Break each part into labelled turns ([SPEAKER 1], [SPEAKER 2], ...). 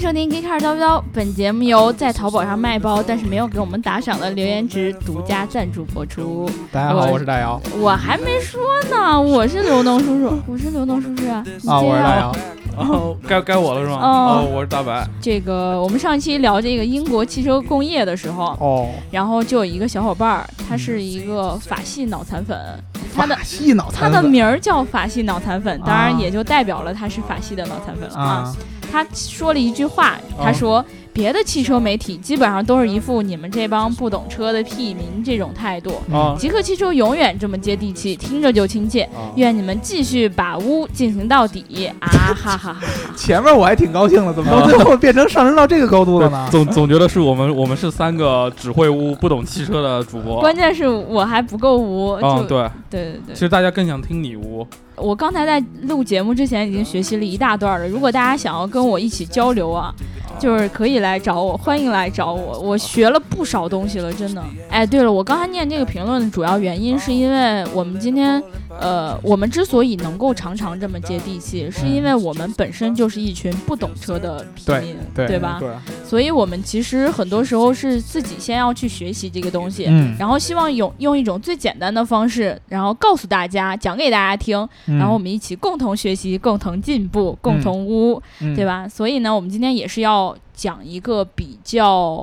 [SPEAKER 1] 收听《g 卡 i 叨不叨》，本节目由在淘宝上卖包但是没有给我们打赏的留言值独家赞助播出。
[SPEAKER 2] 大家好，我是大姚
[SPEAKER 1] 我还没说呢，我是刘能叔叔， 我是刘能叔叔啊。你
[SPEAKER 2] 啊，
[SPEAKER 1] 这
[SPEAKER 2] 我是大
[SPEAKER 1] 样
[SPEAKER 2] 姚。
[SPEAKER 3] 哦， 该该我了是吗？
[SPEAKER 1] 哦
[SPEAKER 3] 哦，我是大白。
[SPEAKER 1] 这个我们上期聊这个英国汽车工业的时候，
[SPEAKER 2] 哦，
[SPEAKER 1] 然后就有一个小伙伴儿，他是一个法系脑残粉，他的
[SPEAKER 2] 法系脑
[SPEAKER 1] 他
[SPEAKER 2] 残
[SPEAKER 1] 的
[SPEAKER 2] 粉
[SPEAKER 1] 名儿叫法系脑残粉，当然
[SPEAKER 2] 啊
[SPEAKER 1] 也就代表了他是法系的脑残粉了
[SPEAKER 2] 啊，
[SPEAKER 1] 他说了一句话，他
[SPEAKER 3] 啊
[SPEAKER 2] 哦
[SPEAKER 1] 说、别的汽车媒体基本上都是一副你们这帮不懂车的屁民这种态度。
[SPEAKER 3] 哦
[SPEAKER 1] 极客汽车永远这么接地气，听着就亲切。
[SPEAKER 3] 哦
[SPEAKER 1] 愿你们继续把污进行到底啊！哈 哈哈！
[SPEAKER 2] 前面我还挺高兴的，怎么到
[SPEAKER 1] 嗯
[SPEAKER 3] 啊
[SPEAKER 2] 最后变成上升到这个高度了呢？
[SPEAKER 3] 总总觉得是我们，我们是三个只会污不懂汽车的主播。
[SPEAKER 1] 关键是我还不够污，就、
[SPEAKER 3] 嗯，对，
[SPEAKER 1] 对对对
[SPEAKER 3] 其。实大家更想听你污。
[SPEAKER 1] 我刚才在录节目之前已经学习了一大段了。如果大家想要跟我一起交流啊，就是可以来找我，欢迎来找我。我学了不少东西了，真的。哎，对了，我刚才念这个评论的主要原因是因为我们今天，呃，我们之所以能够常常这么接地气，是因为我们本身就是一群不懂车的平民，
[SPEAKER 2] 对
[SPEAKER 1] 吧？
[SPEAKER 2] 对，
[SPEAKER 1] 所以我们其实很多时候是自己先要去学习这个东西。
[SPEAKER 2] 嗯，
[SPEAKER 1] 然后希望用用一种最简单的方式，然后告诉大家，讲给大家听，
[SPEAKER 2] 嗯
[SPEAKER 1] 然后我们一起共同学习、共同进步、共同污，
[SPEAKER 2] 嗯
[SPEAKER 1] 对？吧？所以呢，我们今天也是要讲一个比较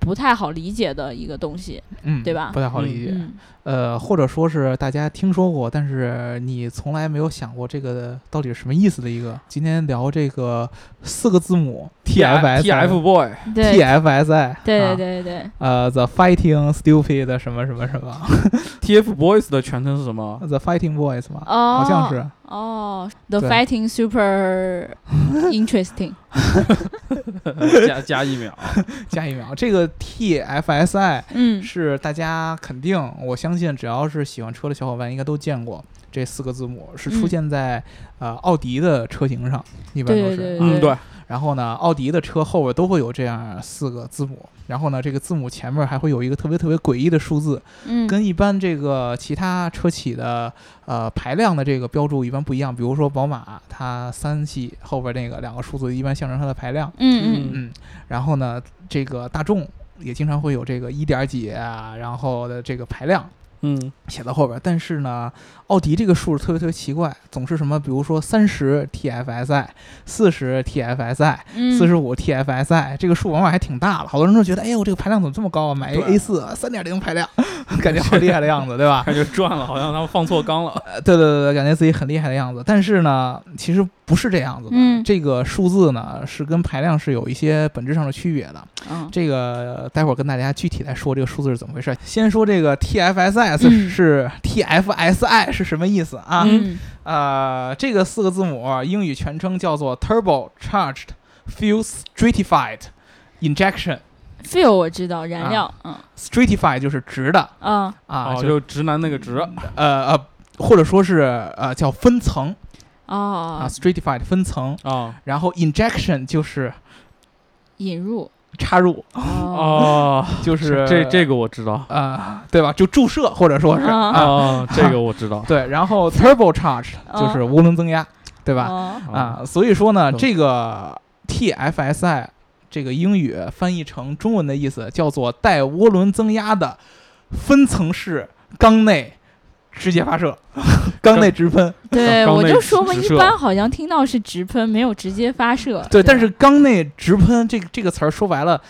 [SPEAKER 1] 不太好理解的一个东西，
[SPEAKER 2] 嗯，
[SPEAKER 1] 对吧
[SPEAKER 2] 不太好理解，
[SPEAKER 1] 嗯，
[SPEAKER 2] 呃，或者说是大家听说过，但是你从来没有想过这个到底是什么意思的一个。今天聊这个四个字母
[SPEAKER 3] T F
[SPEAKER 2] TFS。
[SPEAKER 3] Boy，
[SPEAKER 1] 对，对
[SPEAKER 2] TFSI，
[SPEAKER 1] 对
[SPEAKER 2] 啊
[SPEAKER 1] 对对，
[SPEAKER 2] 呃，The Fighting Stupid 什么什么什么
[SPEAKER 3] T F Boys 的全称是什么？
[SPEAKER 2] ，The Fighting Boys 嘛，
[SPEAKER 1] 哦，
[SPEAKER 2] 好像是，
[SPEAKER 1] 哦，The
[SPEAKER 2] 对
[SPEAKER 1] fighting super interesting，
[SPEAKER 3] 加加一秒。
[SPEAKER 1] 呃
[SPEAKER 2] 加一秒。这个 TFSI
[SPEAKER 1] 嗯
[SPEAKER 2] 是大家肯定，我相信只要是喜欢车的小伙伴应该都见过这四个字母，是出
[SPEAKER 1] 嗯
[SPEAKER 2] 现在、呃奥迪的车型上，一般都
[SPEAKER 1] 对
[SPEAKER 2] 是。啊
[SPEAKER 1] 对
[SPEAKER 3] 嗯，对，
[SPEAKER 2] 然后呢，奥迪的车后边都会有这样四个字母，然后呢，这个字母前面还会有一个特别特别诡异的数字，
[SPEAKER 1] 嗯，
[SPEAKER 2] 跟一般这个其他车企的呃排量的这个标注一般不一样。比如说宝马，它三系后边那个两个数字一般象征它的排量。
[SPEAKER 1] 嗯嗯
[SPEAKER 2] 嗯，然后呢，这个大众也经常会有这个一点儿几啊，然后的这个排量
[SPEAKER 3] 嗯，
[SPEAKER 2] 写到后边儿。但是呢，奥迪这个数特别特别奇怪，总是什么，比如说三十 TFSI、四十 TFSI、
[SPEAKER 1] 嗯，
[SPEAKER 2] 四十五 TFSI，这个数往往还挺大了。好多人都觉得，哎呦，这个排量怎么这么高啊？买一个
[SPEAKER 3] 对
[SPEAKER 2] A 四三点零排量， 感觉好厉害的样子，对吧？
[SPEAKER 3] 感觉赚了，好像他们放错缸了。
[SPEAKER 2] 呃对对对对，感觉自己很厉害的样子。但是呢，其实不是这样子的。
[SPEAKER 1] 嗯
[SPEAKER 2] 这个数字呢，是跟排量是有一些本质上的区别的。
[SPEAKER 1] 嗯
[SPEAKER 2] 这个待会儿跟大家具体来说这个数字是怎么回事。先说这个
[SPEAKER 1] 嗯
[SPEAKER 2] TFSS 是 TFSI 是什么意思啊？
[SPEAKER 1] 嗯
[SPEAKER 2] 呃，这个四个字母英语全称叫做 Turbo Charged Fuel Stratified Injection。
[SPEAKER 1] ，fuel 我知道，燃
[SPEAKER 2] 啊
[SPEAKER 1] 料，嗯
[SPEAKER 2] Stratified 就是直的
[SPEAKER 1] 嗯
[SPEAKER 2] 啊，
[SPEAKER 3] 哦，
[SPEAKER 2] 就
[SPEAKER 3] 就直男那个直。
[SPEAKER 2] 呃呃，或者说是呃叫分层啊
[SPEAKER 1] 哦，
[SPEAKER 2] ，Stratified 分层。
[SPEAKER 3] 啊
[SPEAKER 2] 然后 injection 就是
[SPEAKER 1] 引入
[SPEAKER 2] 插入，
[SPEAKER 1] 哦
[SPEAKER 3] 哦，
[SPEAKER 2] 就是
[SPEAKER 3] 这这个我知道。
[SPEAKER 2] 啊、对吧？就注射或者说是
[SPEAKER 1] 啊
[SPEAKER 2] 啊
[SPEAKER 3] 哦，这个我知 道。
[SPEAKER 2] 对，然后 turbo charge
[SPEAKER 1] 啊
[SPEAKER 2] 就是涡轮增压，对吧？
[SPEAKER 1] 哦
[SPEAKER 2] 啊，所以说呢，
[SPEAKER 3] 嗯
[SPEAKER 2] 这个 TFSI 这个英语翻译成中文的意思叫做带涡轮增压的分层式缸内直接发射， 缸内直喷。
[SPEAKER 1] 对，
[SPEAKER 3] 缸
[SPEAKER 1] 我
[SPEAKER 3] 内
[SPEAKER 1] 就
[SPEAKER 3] 直
[SPEAKER 1] 说嘛，
[SPEAKER 3] 直
[SPEAKER 1] 一
[SPEAKER 3] 射
[SPEAKER 1] 般好像听到是直喷，没有直接发射。啊
[SPEAKER 2] 对，
[SPEAKER 1] 吧
[SPEAKER 2] 但是缸内直喷这个这个词儿说白了，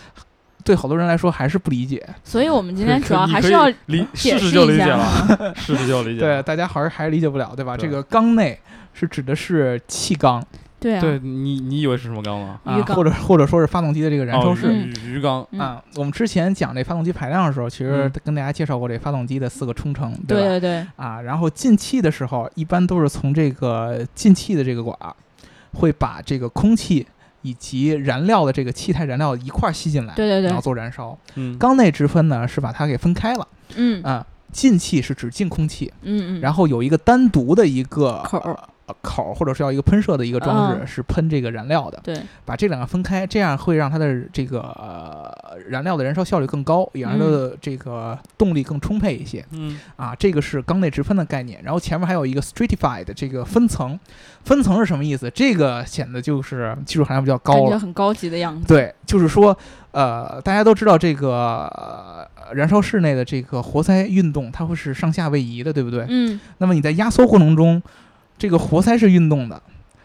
[SPEAKER 2] 对好多人来说还是不理解。
[SPEAKER 1] 所以我们今天
[SPEAKER 3] 可
[SPEAKER 1] 主要
[SPEAKER 3] 你
[SPEAKER 1] 还
[SPEAKER 3] 可
[SPEAKER 1] 是
[SPEAKER 3] 以
[SPEAKER 1] 要
[SPEAKER 3] 理
[SPEAKER 1] 解
[SPEAKER 3] 试
[SPEAKER 1] 释
[SPEAKER 3] 试就
[SPEAKER 1] 一
[SPEAKER 3] 理解
[SPEAKER 1] 下
[SPEAKER 3] 了，试试就理解
[SPEAKER 2] 对，
[SPEAKER 3] 了。
[SPEAKER 2] 大家好像还是理解不了，对吧？
[SPEAKER 3] 对
[SPEAKER 2] 这个缸内是指的是气缸
[SPEAKER 1] 对啊，
[SPEAKER 3] 对你你以为是什么缸吗？
[SPEAKER 2] 啊
[SPEAKER 1] 浴，缸
[SPEAKER 2] 或者或者说是发动机的这个燃
[SPEAKER 3] 哦
[SPEAKER 2] 烧室。
[SPEAKER 3] 鱼鱼缸。
[SPEAKER 1] 嗯
[SPEAKER 2] 啊，我们之前讲这发动机排量的时候，其实
[SPEAKER 3] 嗯
[SPEAKER 2] 跟大家介绍过这发动机的四个冲程，吧？
[SPEAKER 1] 对对对，
[SPEAKER 2] 啊，然后进气的时候，一般都是从这个进气的这个管儿，会把这个空气以及燃料的这个气态燃料一块儿吸进来，
[SPEAKER 1] 对对对
[SPEAKER 2] 然后做燃烧。
[SPEAKER 3] 嗯，
[SPEAKER 2] 缸内直喷呢，是把它给分开了
[SPEAKER 1] 嗯
[SPEAKER 2] 啊。进气是只进空气，
[SPEAKER 1] 嗯嗯，
[SPEAKER 2] 然
[SPEAKER 1] 后
[SPEAKER 2] 后有一个单独的一个
[SPEAKER 1] 口儿
[SPEAKER 2] 呃口儿或者是要一个喷射的一个装置，
[SPEAKER 1] 嗯
[SPEAKER 2] 是喷这个燃料的。
[SPEAKER 1] 对，
[SPEAKER 2] 把这两个分开，这样会让它的这个、呃、燃料的燃烧效率更高，也让它
[SPEAKER 1] 嗯
[SPEAKER 2] 的这个动力更充沛一些。
[SPEAKER 3] 嗯
[SPEAKER 2] 啊，这个是缸内直喷的概念。然后前面还有一个 stratified 的这个分层，分层是什么意思？这个显得就是技术含量比较
[SPEAKER 1] 感
[SPEAKER 2] 高
[SPEAKER 1] 觉
[SPEAKER 2] 了。
[SPEAKER 1] 很高级的样子。
[SPEAKER 2] 对，就是说，呃，大家都知道这个、呃燃烧室内的这个活塞运动，它会是上下位移的，对不对？
[SPEAKER 1] 嗯，
[SPEAKER 2] 那么你在压缩过程中，这个活塞是运动的，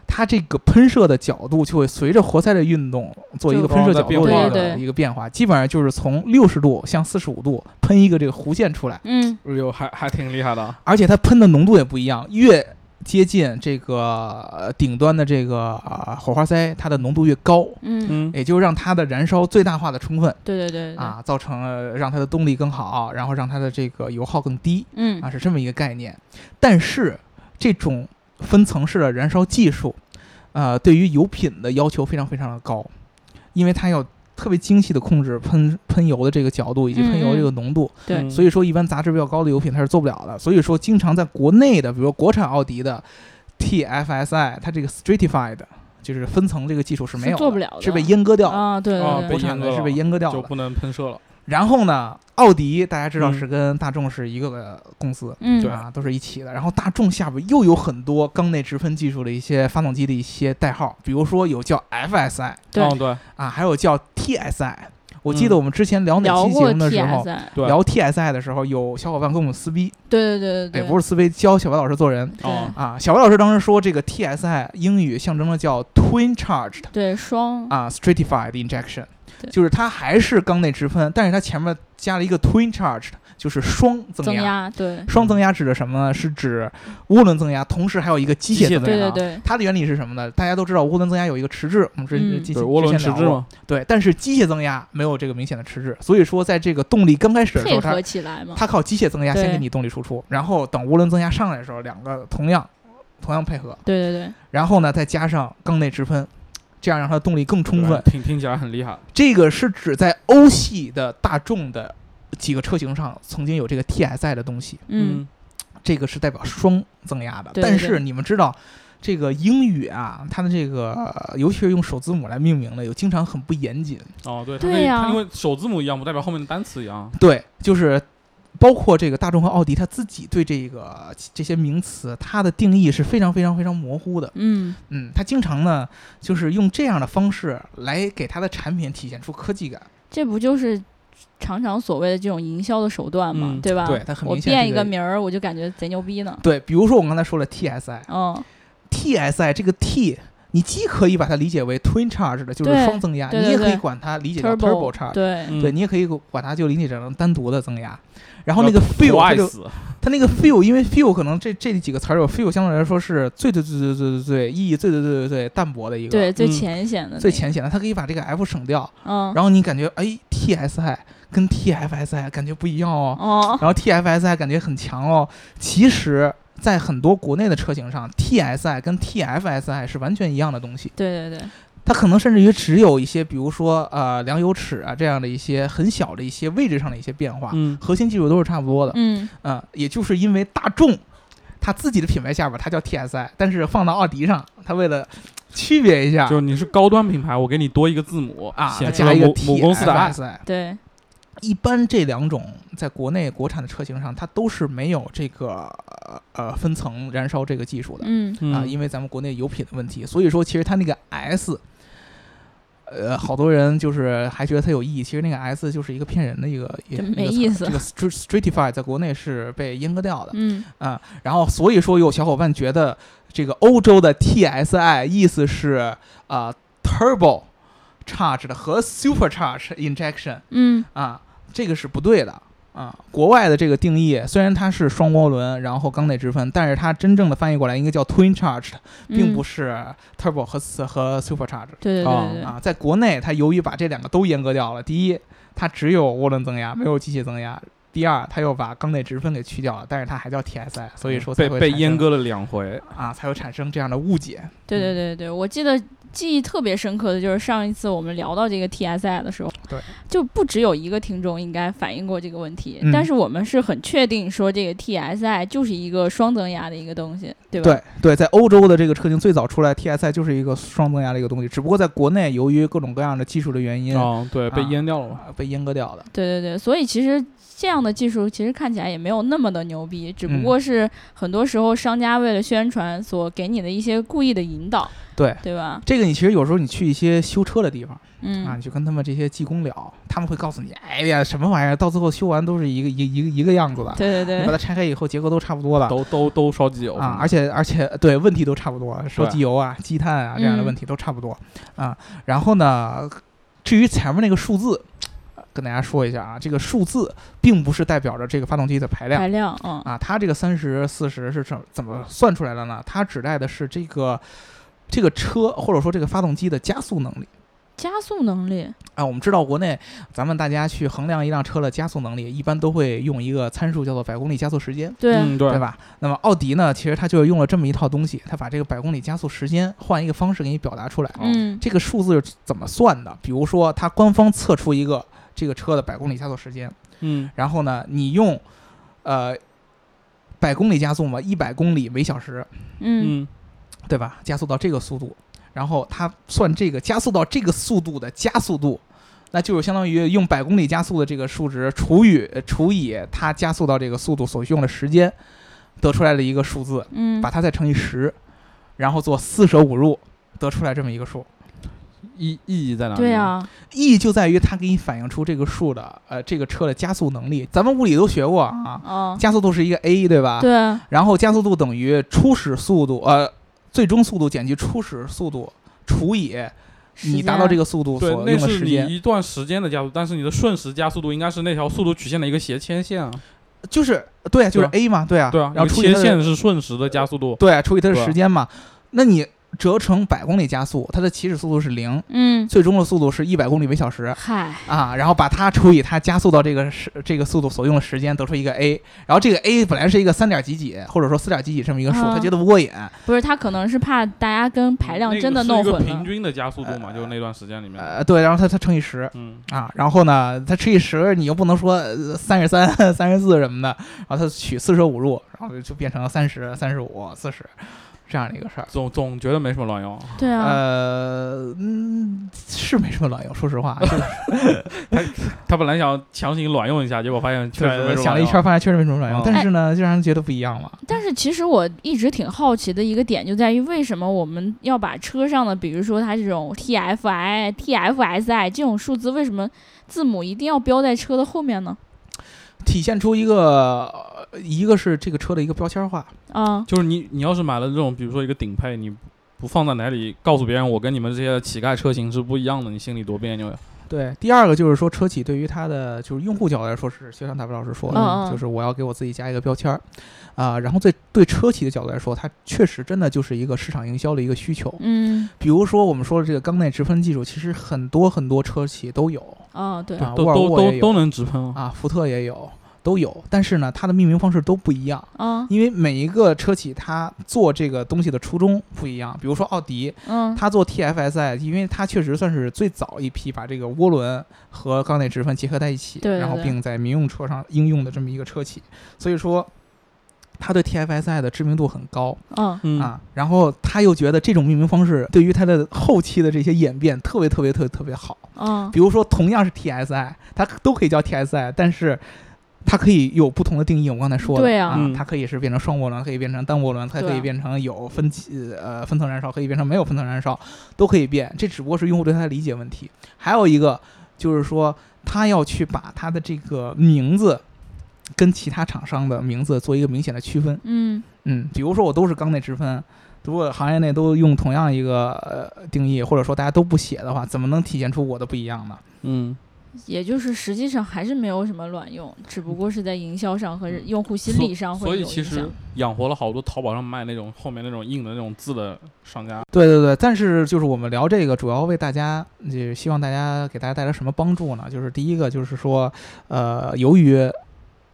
[SPEAKER 2] 它这个喷射的角度就会随着活塞的运动做一个喷射角度
[SPEAKER 1] 对
[SPEAKER 2] 的
[SPEAKER 1] 对
[SPEAKER 2] 一个变化，基本上就是从六十度向四十五度喷一个这个弧线出来，
[SPEAKER 1] 嗯，
[SPEAKER 3] 有还还挺厉害的啊，
[SPEAKER 2] 而且它喷的浓度也不一样，越接近这个呃顶端的这个啊火花塞，它的浓度越高，
[SPEAKER 1] 嗯，
[SPEAKER 3] 嗯，
[SPEAKER 2] 也就让它的燃烧最大化的充分
[SPEAKER 1] 对对对对，
[SPEAKER 2] 啊，造成了让它的动力更好，然后让它的这个油耗更低。
[SPEAKER 1] 嗯
[SPEAKER 2] 啊，是这么一个概念。但是这种分层式的燃烧技术，呃，对于油品的要求非常非常的高，因为它要特别精细的控制喷喷油的这个角度以及喷油这个浓度，
[SPEAKER 1] 对
[SPEAKER 3] 嗯
[SPEAKER 2] 所以说一般杂质比较高的油品它是做不了的。所以说，经常在国内的，比如说国产奥迪的 TFSI，它这个 stratified 就是分层这个技术是没
[SPEAKER 1] 是
[SPEAKER 2] 有
[SPEAKER 1] 做不了的
[SPEAKER 2] 是被阉割掉的。呃
[SPEAKER 1] 啊，对对
[SPEAKER 2] 国
[SPEAKER 3] 啊
[SPEAKER 1] 对
[SPEAKER 3] 被，
[SPEAKER 2] 产
[SPEAKER 3] 阉
[SPEAKER 2] 的
[SPEAKER 3] 割
[SPEAKER 2] 哦是被
[SPEAKER 3] 了
[SPEAKER 2] 阉割掉
[SPEAKER 3] 就
[SPEAKER 2] 的。
[SPEAKER 3] 不能喷射了。
[SPEAKER 2] 然后呢，奥迪大家知道是
[SPEAKER 3] 嗯
[SPEAKER 2] 跟大众是一个个公司，
[SPEAKER 1] 嗯，
[SPEAKER 3] 对
[SPEAKER 2] 啊，都是一起的。然后大众下边又有很多缸内直喷技术的一些发动机的一些代号，比如说有叫 FSI
[SPEAKER 1] 对
[SPEAKER 3] 嗯对
[SPEAKER 2] 啊，还有叫 TSI。我记得我们之前聊哪
[SPEAKER 1] 聊
[SPEAKER 2] 期
[SPEAKER 1] 过
[SPEAKER 2] 节目的时候，
[SPEAKER 1] TSI，
[SPEAKER 3] 对
[SPEAKER 2] 聊 TSI 的时候，有小伙伴跟我们撕逼，
[SPEAKER 1] 对对对
[SPEAKER 2] 也
[SPEAKER 1] 对对，
[SPEAKER 2] 哎不是撕逼，教小白老师做人
[SPEAKER 1] 对
[SPEAKER 3] 哦
[SPEAKER 2] 啊。小白老师当时说，这个 TSI 英语象征的叫 Twin Charged
[SPEAKER 1] 对双
[SPEAKER 2] 啊 Stratified Injection，
[SPEAKER 1] 对
[SPEAKER 2] 就是它还是缸内直喷，但是它前面加了一个 Twin Charged，就是双增
[SPEAKER 1] 增
[SPEAKER 2] 压。
[SPEAKER 1] 压，对
[SPEAKER 2] 双增压指的什么呢？是指涡轮增压，同时还有一个机械
[SPEAKER 3] 机械
[SPEAKER 2] 增
[SPEAKER 1] 对
[SPEAKER 2] 压。啊
[SPEAKER 1] 对对，
[SPEAKER 2] 它的原理是什么呢？大家都知道涡轮增压有一个迟滞，我们之
[SPEAKER 1] 嗯
[SPEAKER 2] 之前
[SPEAKER 3] 对，涡轮迟
[SPEAKER 2] 之前
[SPEAKER 3] 滞
[SPEAKER 2] 聊过
[SPEAKER 3] 嘛，
[SPEAKER 2] 对，但是机械增压没有这个明显的迟滞，所以说在这个动力刚开始的时
[SPEAKER 1] 配
[SPEAKER 2] 候，它
[SPEAKER 1] 合起来嘛，
[SPEAKER 2] 它靠机械增压先
[SPEAKER 1] 对
[SPEAKER 2] 给你动力输出，然后等涡轮增压上来的时候，两个同样同样配合，
[SPEAKER 1] 对对
[SPEAKER 2] 然后呢再加上缸内直喷，这样让它的动力更充分
[SPEAKER 3] 对。听听起来很厉害。
[SPEAKER 2] 这个是指在欧系的大众的几个车型上曾经有这个 TSI 的东西。
[SPEAKER 1] 对，嗯，
[SPEAKER 2] 这个是代表双增压的。
[SPEAKER 1] 对对
[SPEAKER 2] 但
[SPEAKER 1] 对
[SPEAKER 2] 是你们知道，这个英语啊，它的这个、呃尤其是用首字母来命名的，有经常很不严谨。
[SPEAKER 3] 哦，对，
[SPEAKER 1] 对
[SPEAKER 3] 它那
[SPEAKER 1] 呀
[SPEAKER 3] 它因为首字母一样，不代表后面的单词一样。
[SPEAKER 2] 对，就是包括这个大众和奥迪，它自己对这个这些名词，它的定义是非常非常非常模糊的。
[SPEAKER 1] 嗯，
[SPEAKER 2] 嗯，它经常呢，就是用这样的方式来给它的产品体现出科技感。
[SPEAKER 1] 这不就是常常所谓的这种营销的手段嘛，
[SPEAKER 3] 嗯
[SPEAKER 1] 对吧？
[SPEAKER 2] 对它很
[SPEAKER 1] 啊我
[SPEAKER 2] 明显
[SPEAKER 1] 变
[SPEAKER 2] 是
[SPEAKER 1] 一
[SPEAKER 2] 个
[SPEAKER 1] 个名儿，我就感觉贼牛逼呢。
[SPEAKER 2] 对，比如说我刚才说了 TSI，
[SPEAKER 1] 嗯，
[SPEAKER 2] TSI 这个 T，你既可以把它理解为 twin charge 的，就是
[SPEAKER 1] 对
[SPEAKER 2] 双增压，
[SPEAKER 1] 对
[SPEAKER 2] 你也
[SPEAKER 1] 对
[SPEAKER 2] 可以
[SPEAKER 1] 对
[SPEAKER 2] 管它理解叫
[SPEAKER 1] turbo
[SPEAKER 2] turbo charge。
[SPEAKER 1] 对，
[SPEAKER 3] 嗯
[SPEAKER 2] 对，你也可以管它就理解成单独的增压。然后那个
[SPEAKER 3] 不
[SPEAKER 2] fuel，它
[SPEAKER 3] 爱
[SPEAKER 2] 就
[SPEAKER 3] 死，
[SPEAKER 2] 它那个 fuel，因为 fuel 可能这这几个词儿有 fuel 相对来说是最最最最最最最意义最最最最最淡薄的一个，
[SPEAKER 1] 对，最
[SPEAKER 3] 嗯
[SPEAKER 1] 浅显的那个，
[SPEAKER 2] 最浅显的，它可以把这个 f 省掉，
[SPEAKER 1] 嗯，
[SPEAKER 2] 然后你感觉哎 TSI 跟 TFSI 感觉不一样哦，
[SPEAKER 1] 哦，
[SPEAKER 2] 然后 TFSI 感觉很强哦，其实。在很多国内的车型上，TSI 跟 TFSI 是完全一样的东西，
[SPEAKER 1] 对对对，
[SPEAKER 2] 它可能甚至于只有一些，比如说呃量油尺啊这样的一些很小的一些位置上的一些变化，
[SPEAKER 3] 嗯，
[SPEAKER 2] 核心技术都是差不多的，
[SPEAKER 1] 嗯，
[SPEAKER 2] 嗯、也就是因为大众它自己的品牌下边它叫 TSI，但是放到奥迪上，它为了区别一下
[SPEAKER 3] 就是你是高端品牌，我给你多一个字母
[SPEAKER 2] 啊，它
[SPEAKER 3] 显示
[SPEAKER 2] 加一个哎
[SPEAKER 3] 母母公司的啊 I。
[SPEAKER 2] TSI。
[SPEAKER 1] 对，
[SPEAKER 2] 一般这两种在国内国产的车型上，它都是没有这个呃呃分层燃烧这个技术的
[SPEAKER 1] 嗯，
[SPEAKER 3] 嗯
[SPEAKER 2] 啊，因为咱们国内油品的问题，所以说其实它那个 S。呃，好多人就是还觉得它有意义，其实那个 S 就是一个骗人的一个，一个
[SPEAKER 1] 真
[SPEAKER 2] 一个
[SPEAKER 1] 没
[SPEAKER 2] 词儿
[SPEAKER 1] 意思
[SPEAKER 2] 这个 str- stratify 在国内是被阉割掉的，
[SPEAKER 1] 嗯，
[SPEAKER 2] 然后所以说有小伙伴觉得这个欧洲的 TSI 意思是啊、turbo charge 的和 super charge injection
[SPEAKER 1] 嗯，
[SPEAKER 2] 啊，这个是不对的啊。国外的这个定义虽然它是双涡轮，然后缸内直喷，但是它真正的翻译过来应该叫 twin charge，并不
[SPEAKER 1] 是，
[SPEAKER 2] 是 turbo 和和 super charge
[SPEAKER 1] 嗯对对
[SPEAKER 3] 啊
[SPEAKER 1] 对对对，
[SPEAKER 2] 啊。在国内，它由于把这两个都阉割掉了，第一，它只有涡轮增压，没有机械增压。第二，它又把缸内直喷给去掉了，但是它还叫 TSI，所以说才
[SPEAKER 3] 嗯被
[SPEAKER 2] 会
[SPEAKER 3] 被
[SPEAKER 2] 产生
[SPEAKER 3] 阉割了两回。
[SPEAKER 2] 啊，才会产生这样的误解。嗯
[SPEAKER 1] 对对对对，我记得记忆特别深刻的就是上一次我们聊到这个 TSI 的时候，
[SPEAKER 2] 对，
[SPEAKER 1] 就不只有一个听众应该反映过这个问题，
[SPEAKER 2] 嗯
[SPEAKER 1] 但是我们是很确定说这个 TSI 就是一个双增压的一个东西，对吧？
[SPEAKER 2] 对对，在欧洲的这个车型最早出来，TSI 就是一个双增压的一个东西，只不过在国内由于各种各样的技术的原因、
[SPEAKER 3] 啊，对，被
[SPEAKER 2] 啊
[SPEAKER 3] 淹掉了嘛。
[SPEAKER 2] 啊被阉割掉的。
[SPEAKER 1] 对对对，所以其实这样的技术其实看起来也没有那么的牛逼，只不
[SPEAKER 2] 嗯
[SPEAKER 1] 过是很多时候商家为了宣传所给你的一些故意的引导，
[SPEAKER 2] 对
[SPEAKER 1] 对吧？
[SPEAKER 2] 这个你其实有时候你去一些修车的地方
[SPEAKER 1] 嗯，
[SPEAKER 2] 啊，你去跟他们这些技工聊，他们会告诉你，哎呀，什么玩意儿，到最后修完都是一个一个一个一个样子的，
[SPEAKER 1] 对对
[SPEAKER 2] 你把
[SPEAKER 1] 对，
[SPEAKER 2] 它拆开以后结构都差不多了。
[SPEAKER 3] 都都都烧机油
[SPEAKER 2] 啊啊，而且而且对问题都差不多，烧
[SPEAKER 3] 对
[SPEAKER 2] 机油啊、积碳啊这样的
[SPEAKER 1] 嗯
[SPEAKER 2] 问题都差不多、啊。然后呢，至于前面那个数字，呃跟大家说一下啊，这个数字并不是代表着这个发动机的排量
[SPEAKER 1] 排量，嗯
[SPEAKER 2] 啊，它这个三十四十是怎怎么算出来的呢？它指代的是这个这个车或者说这个发动机的加速能力。
[SPEAKER 1] 加速能力，
[SPEAKER 2] 啊，我们知道国内咱们大家去衡量一辆车的加速能力，一般都会用一个参数叫做百公里加速时间。
[SPEAKER 1] 对，
[SPEAKER 3] 嗯，对
[SPEAKER 2] 对吧？那么奥迪呢，其实它就用了这么一套东西，它把这个百公里加速时间换一个方式给你表达出来。
[SPEAKER 1] 嗯
[SPEAKER 2] 这个数字是怎么算的？比如说，它官方测出一个这个车的百公里加速时间，
[SPEAKER 3] 嗯，
[SPEAKER 2] 然后呢，你用呃百公里加速嘛，一百公里每小时，
[SPEAKER 1] 嗯
[SPEAKER 3] 嗯，
[SPEAKER 2] 对吧？加速到这个速度，然后它算这个加速到这个速度的加速度。那就是相当于用百公里加速的这个数值除以除以它加速到这个速度所用的时间，得出来的一个数字。
[SPEAKER 1] 嗯
[SPEAKER 2] 把，它再乘以十，然后做四舍五入，得出来这么一个数。
[SPEAKER 3] 意意义在哪里？
[SPEAKER 1] 对，啊，
[SPEAKER 2] 意义就在于它给你反映出这个数的，呃，这个车的加速能力。咱们物理都学过啊，
[SPEAKER 1] 嗯，
[SPEAKER 2] 加速度是一个 a，对吧？。
[SPEAKER 1] 对，
[SPEAKER 2] 然后加速度等于初始速度，呃，最终速度减去初始速度除以你达到这
[SPEAKER 1] 个，
[SPEAKER 2] 个速度所
[SPEAKER 3] 对，
[SPEAKER 2] 用
[SPEAKER 3] 那
[SPEAKER 2] 的
[SPEAKER 3] 是
[SPEAKER 2] 时间，
[SPEAKER 3] 你一段时间的加速，但是你的瞬时加速度应该是那条速度曲线的一个斜切线啊。
[SPEAKER 2] 就是对啊，就是
[SPEAKER 3] 对啊
[SPEAKER 2] a 嘛，对啊。
[SPEAKER 3] 对啊，
[SPEAKER 2] 然后
[SPEAKER 3] 你
[SPEAKER 2] 除以
[SPEAKER 3] 切
[SPEAKER 2] 它的
[SPEAKER 3] 线是瞬时的加速度。
[SPEAKER 2] 对啊除以它的
[SPEAKER 3] 对啊
[SPEAKER 2] 时间嘛，那你折成百公里加速，它的起始速度是零，
[SPEAKER 1] 嗯，
[SPEAKER 2] 最终的速度是一百公里每小时。
[SPEAKER 1] 嗨，
[SPEAKER 2] 啊，然后把它除以它加速到这个时这个速度所用的时间，得出一个 a。然后这个 a 本来是一个三点几几，或者说四点几几这么一个数，
[SPEAKER 1] 啊
[SPEAKER 2] 他觉得不过瘾，
[SPEAKER 1] 不是他可能是怕大家跟排量
[SPEAKER 3] 那个
[SPEAKER 1] 真的
[SPEAKER 3] 是
[SPEAKER 1] 弄
[SPEAKER 3] 一个
[SPEAKER 1] 混
[SPEAKER 3] 平
[SPEAKER 1] 了，
[SPEAKER 3] 均的加速度嘛，就是那段时间里面。
[SPEAKER 2] 呃，对，然后他他乘以十
[SPEAKER 3] 嗯，
[SPEAKER 2] 啊，然后呢，他乘以十，你又不能说三十三、三十四什么的，然后他取四舍五入，然后就变成了三十三十五、四十这样的一个事儿。
[SPEAKER 3] 总总觉得没什么卵用，
[SPEAKER 1] 对啊，
[SPEAKER 2] 呃，嗯，是没什么卵用，说实话，
[SPEAKER 3] 他本来想强行卵用一下，结果发现确实没什么
[SPEAKER 2] 想了一
[SPEAKER 3] 卵用
[SPEAKER 2] 圈，发现确实没什么卵用，
[SPEAKER 3] 嗯
[SPEAKER 2] 但是呢，就让人觉得不一样了。
[SPEAKER 1] 但是其实我一直挺好奇的一个点就在于，为什么我们要把车上的，比如说它这种 TFI、TFSI 这种数字，为什么字母一定要标在车的后面呢？
[SPEAKER 2] 体现出一个，呃一个是这个车的一个标签化，
[SPEAKER 1] 啊，
[SPEAKER 3] 就是你你要是买了这种，比如说一个顶配，你不放在哪里，告诉别人我跟你们这些乞丐车型是不一样的，你心里多别扭呀。
[SPEAKER 2] 对，第二个就是说，车企对于它的就是用户角度来说是，就像大白老师说的，
[SPEAKER 1] 嗯嗯
[SPEAKER 2] 就是我要给我自己加一个标签儿，啊、然后对对车企的角度来说，它确实真的就是一个市场营销的一个需求。
[SPEAKER 1] 嗯，
[SPEAKER 2] 比如说我们说的这个缸内直喷技术，其实很多很多车企都有
[SPEAKER 1] 啊，对，
[SPEAKER 2] 啊
[SPEAKER 3] 都
[SPEAKER 2] 沃尔
[SPEAKER 3] 都
[SPEAKER 2] 沃也
[SPEAKER 3] 都
[SPEAKER 2] 有
[SPEAKER 3] 都能直喷啊。
[SPEAKER 2] 啊，福特也有，都有，但是呢，它的命名方式都不一样。
[SPEAKER 1] 啊，
[SPEAKER 2] 因为每一个车企它做这个东西的初衷不一样，比如说奥迪，
[SPEAKER 1] 嗯，
[SPEAKER 2] 它做 TFSI，因为它确实算是最早一批把这个涡轮和缸内直喷结合在一起，
[SPEAKER 1] 对对
[SPEAKER 2] 然后
[SPEAKER 1] 对
[SPEAKER 2] 并在民用车上应用的这么一个车企，所以说它对 TFSI 的知名度很高、
[SPEAKER 1] 嗯，
[SPEAKER 3] 嗯，
[SPEAKER 2] 啊。然后他又觉得这种命名方式对于它的后期的这些演变特别特别特别特别好，
[SPEAKER 1] 嗯，
[SPEAKER 2] 比如说同样是 TSI，它都可以叫 TSI，但是。它可以有不同的定义，我刚才说的，
[SPEAKER 1] 对啊
[SPEAKER 2] 啊，
[SPEAKER 3] 嗯
[SPEAKER 2] 它可以是变成双涡轮，可以变成单涡轮，它
[SPEAKER 1] 对啊
[SPEAKER 2] 可以变成有分歧呃分层燃烧，可以变成没有分层燃烧，都可以变。这只不过是用户对它的理解问题。还有一个就是说，他要去把它的这个名字跟其他厂商的名字做一个明显的区分。
[SPEAKER 1] 嗯，
[SPEAKER 2] 嗯，比如说我都是缸内直喷，如果行业内都用同样一个呃定义，或者说大家都不写的话，怎么能体现出我的不一样呢？
[SPEAKER 3] 嗯，
[SPEAKER 1] 也就是实际上还是没有什么卵用，只不过是在营销上和用户心
[SPEAKER 3] 所
[SPEAKER 1] 理上会
[SPEAKER 3] 所
[SPEAKER 1] 有
[SPEAKER 3] 以
[SPEAKER 1] 影
[SPEAKER 3] 其实
[SPEAKER 1] 响。
[SPEAKER 3] 养活了好多淘宝上卖那种后面那种印的那种字的商家。
[SPEAKER 2] 对对对，但是就是我们聊这个，主要为大家，就是希望大家给大家带来什么帮助呢？就是第一个就是说，呃，由于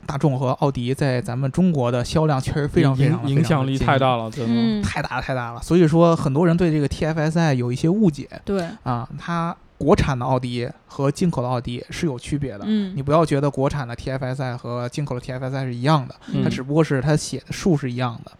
[SPEAKER 2] 大众和奥迪在咱们中国的销量确实非常非常
[SPEAKER 3] 影影响力太大
[SPEAKER 2] 了，
[SPEAKER 3] 了，真的。
[SPEAKER 1] 嗯，
[SPEAKER 2] 太大了太大了，所以说很多人对这个 TFSI 有一些误解
[SPEAKER 1] 对，
[SPEAKER 2] 啊，它国产的奥迪和进口的奥迪是有区别的。
[SPEAKER 1] 嗯
[SPEAKER 2] 你不要觉得国产的 TFSI 和进口的 TFSI 是一样的，
[SPEAKER 3] 嗯
[SPEAKER 2] 它只不过是它写的数是一样的，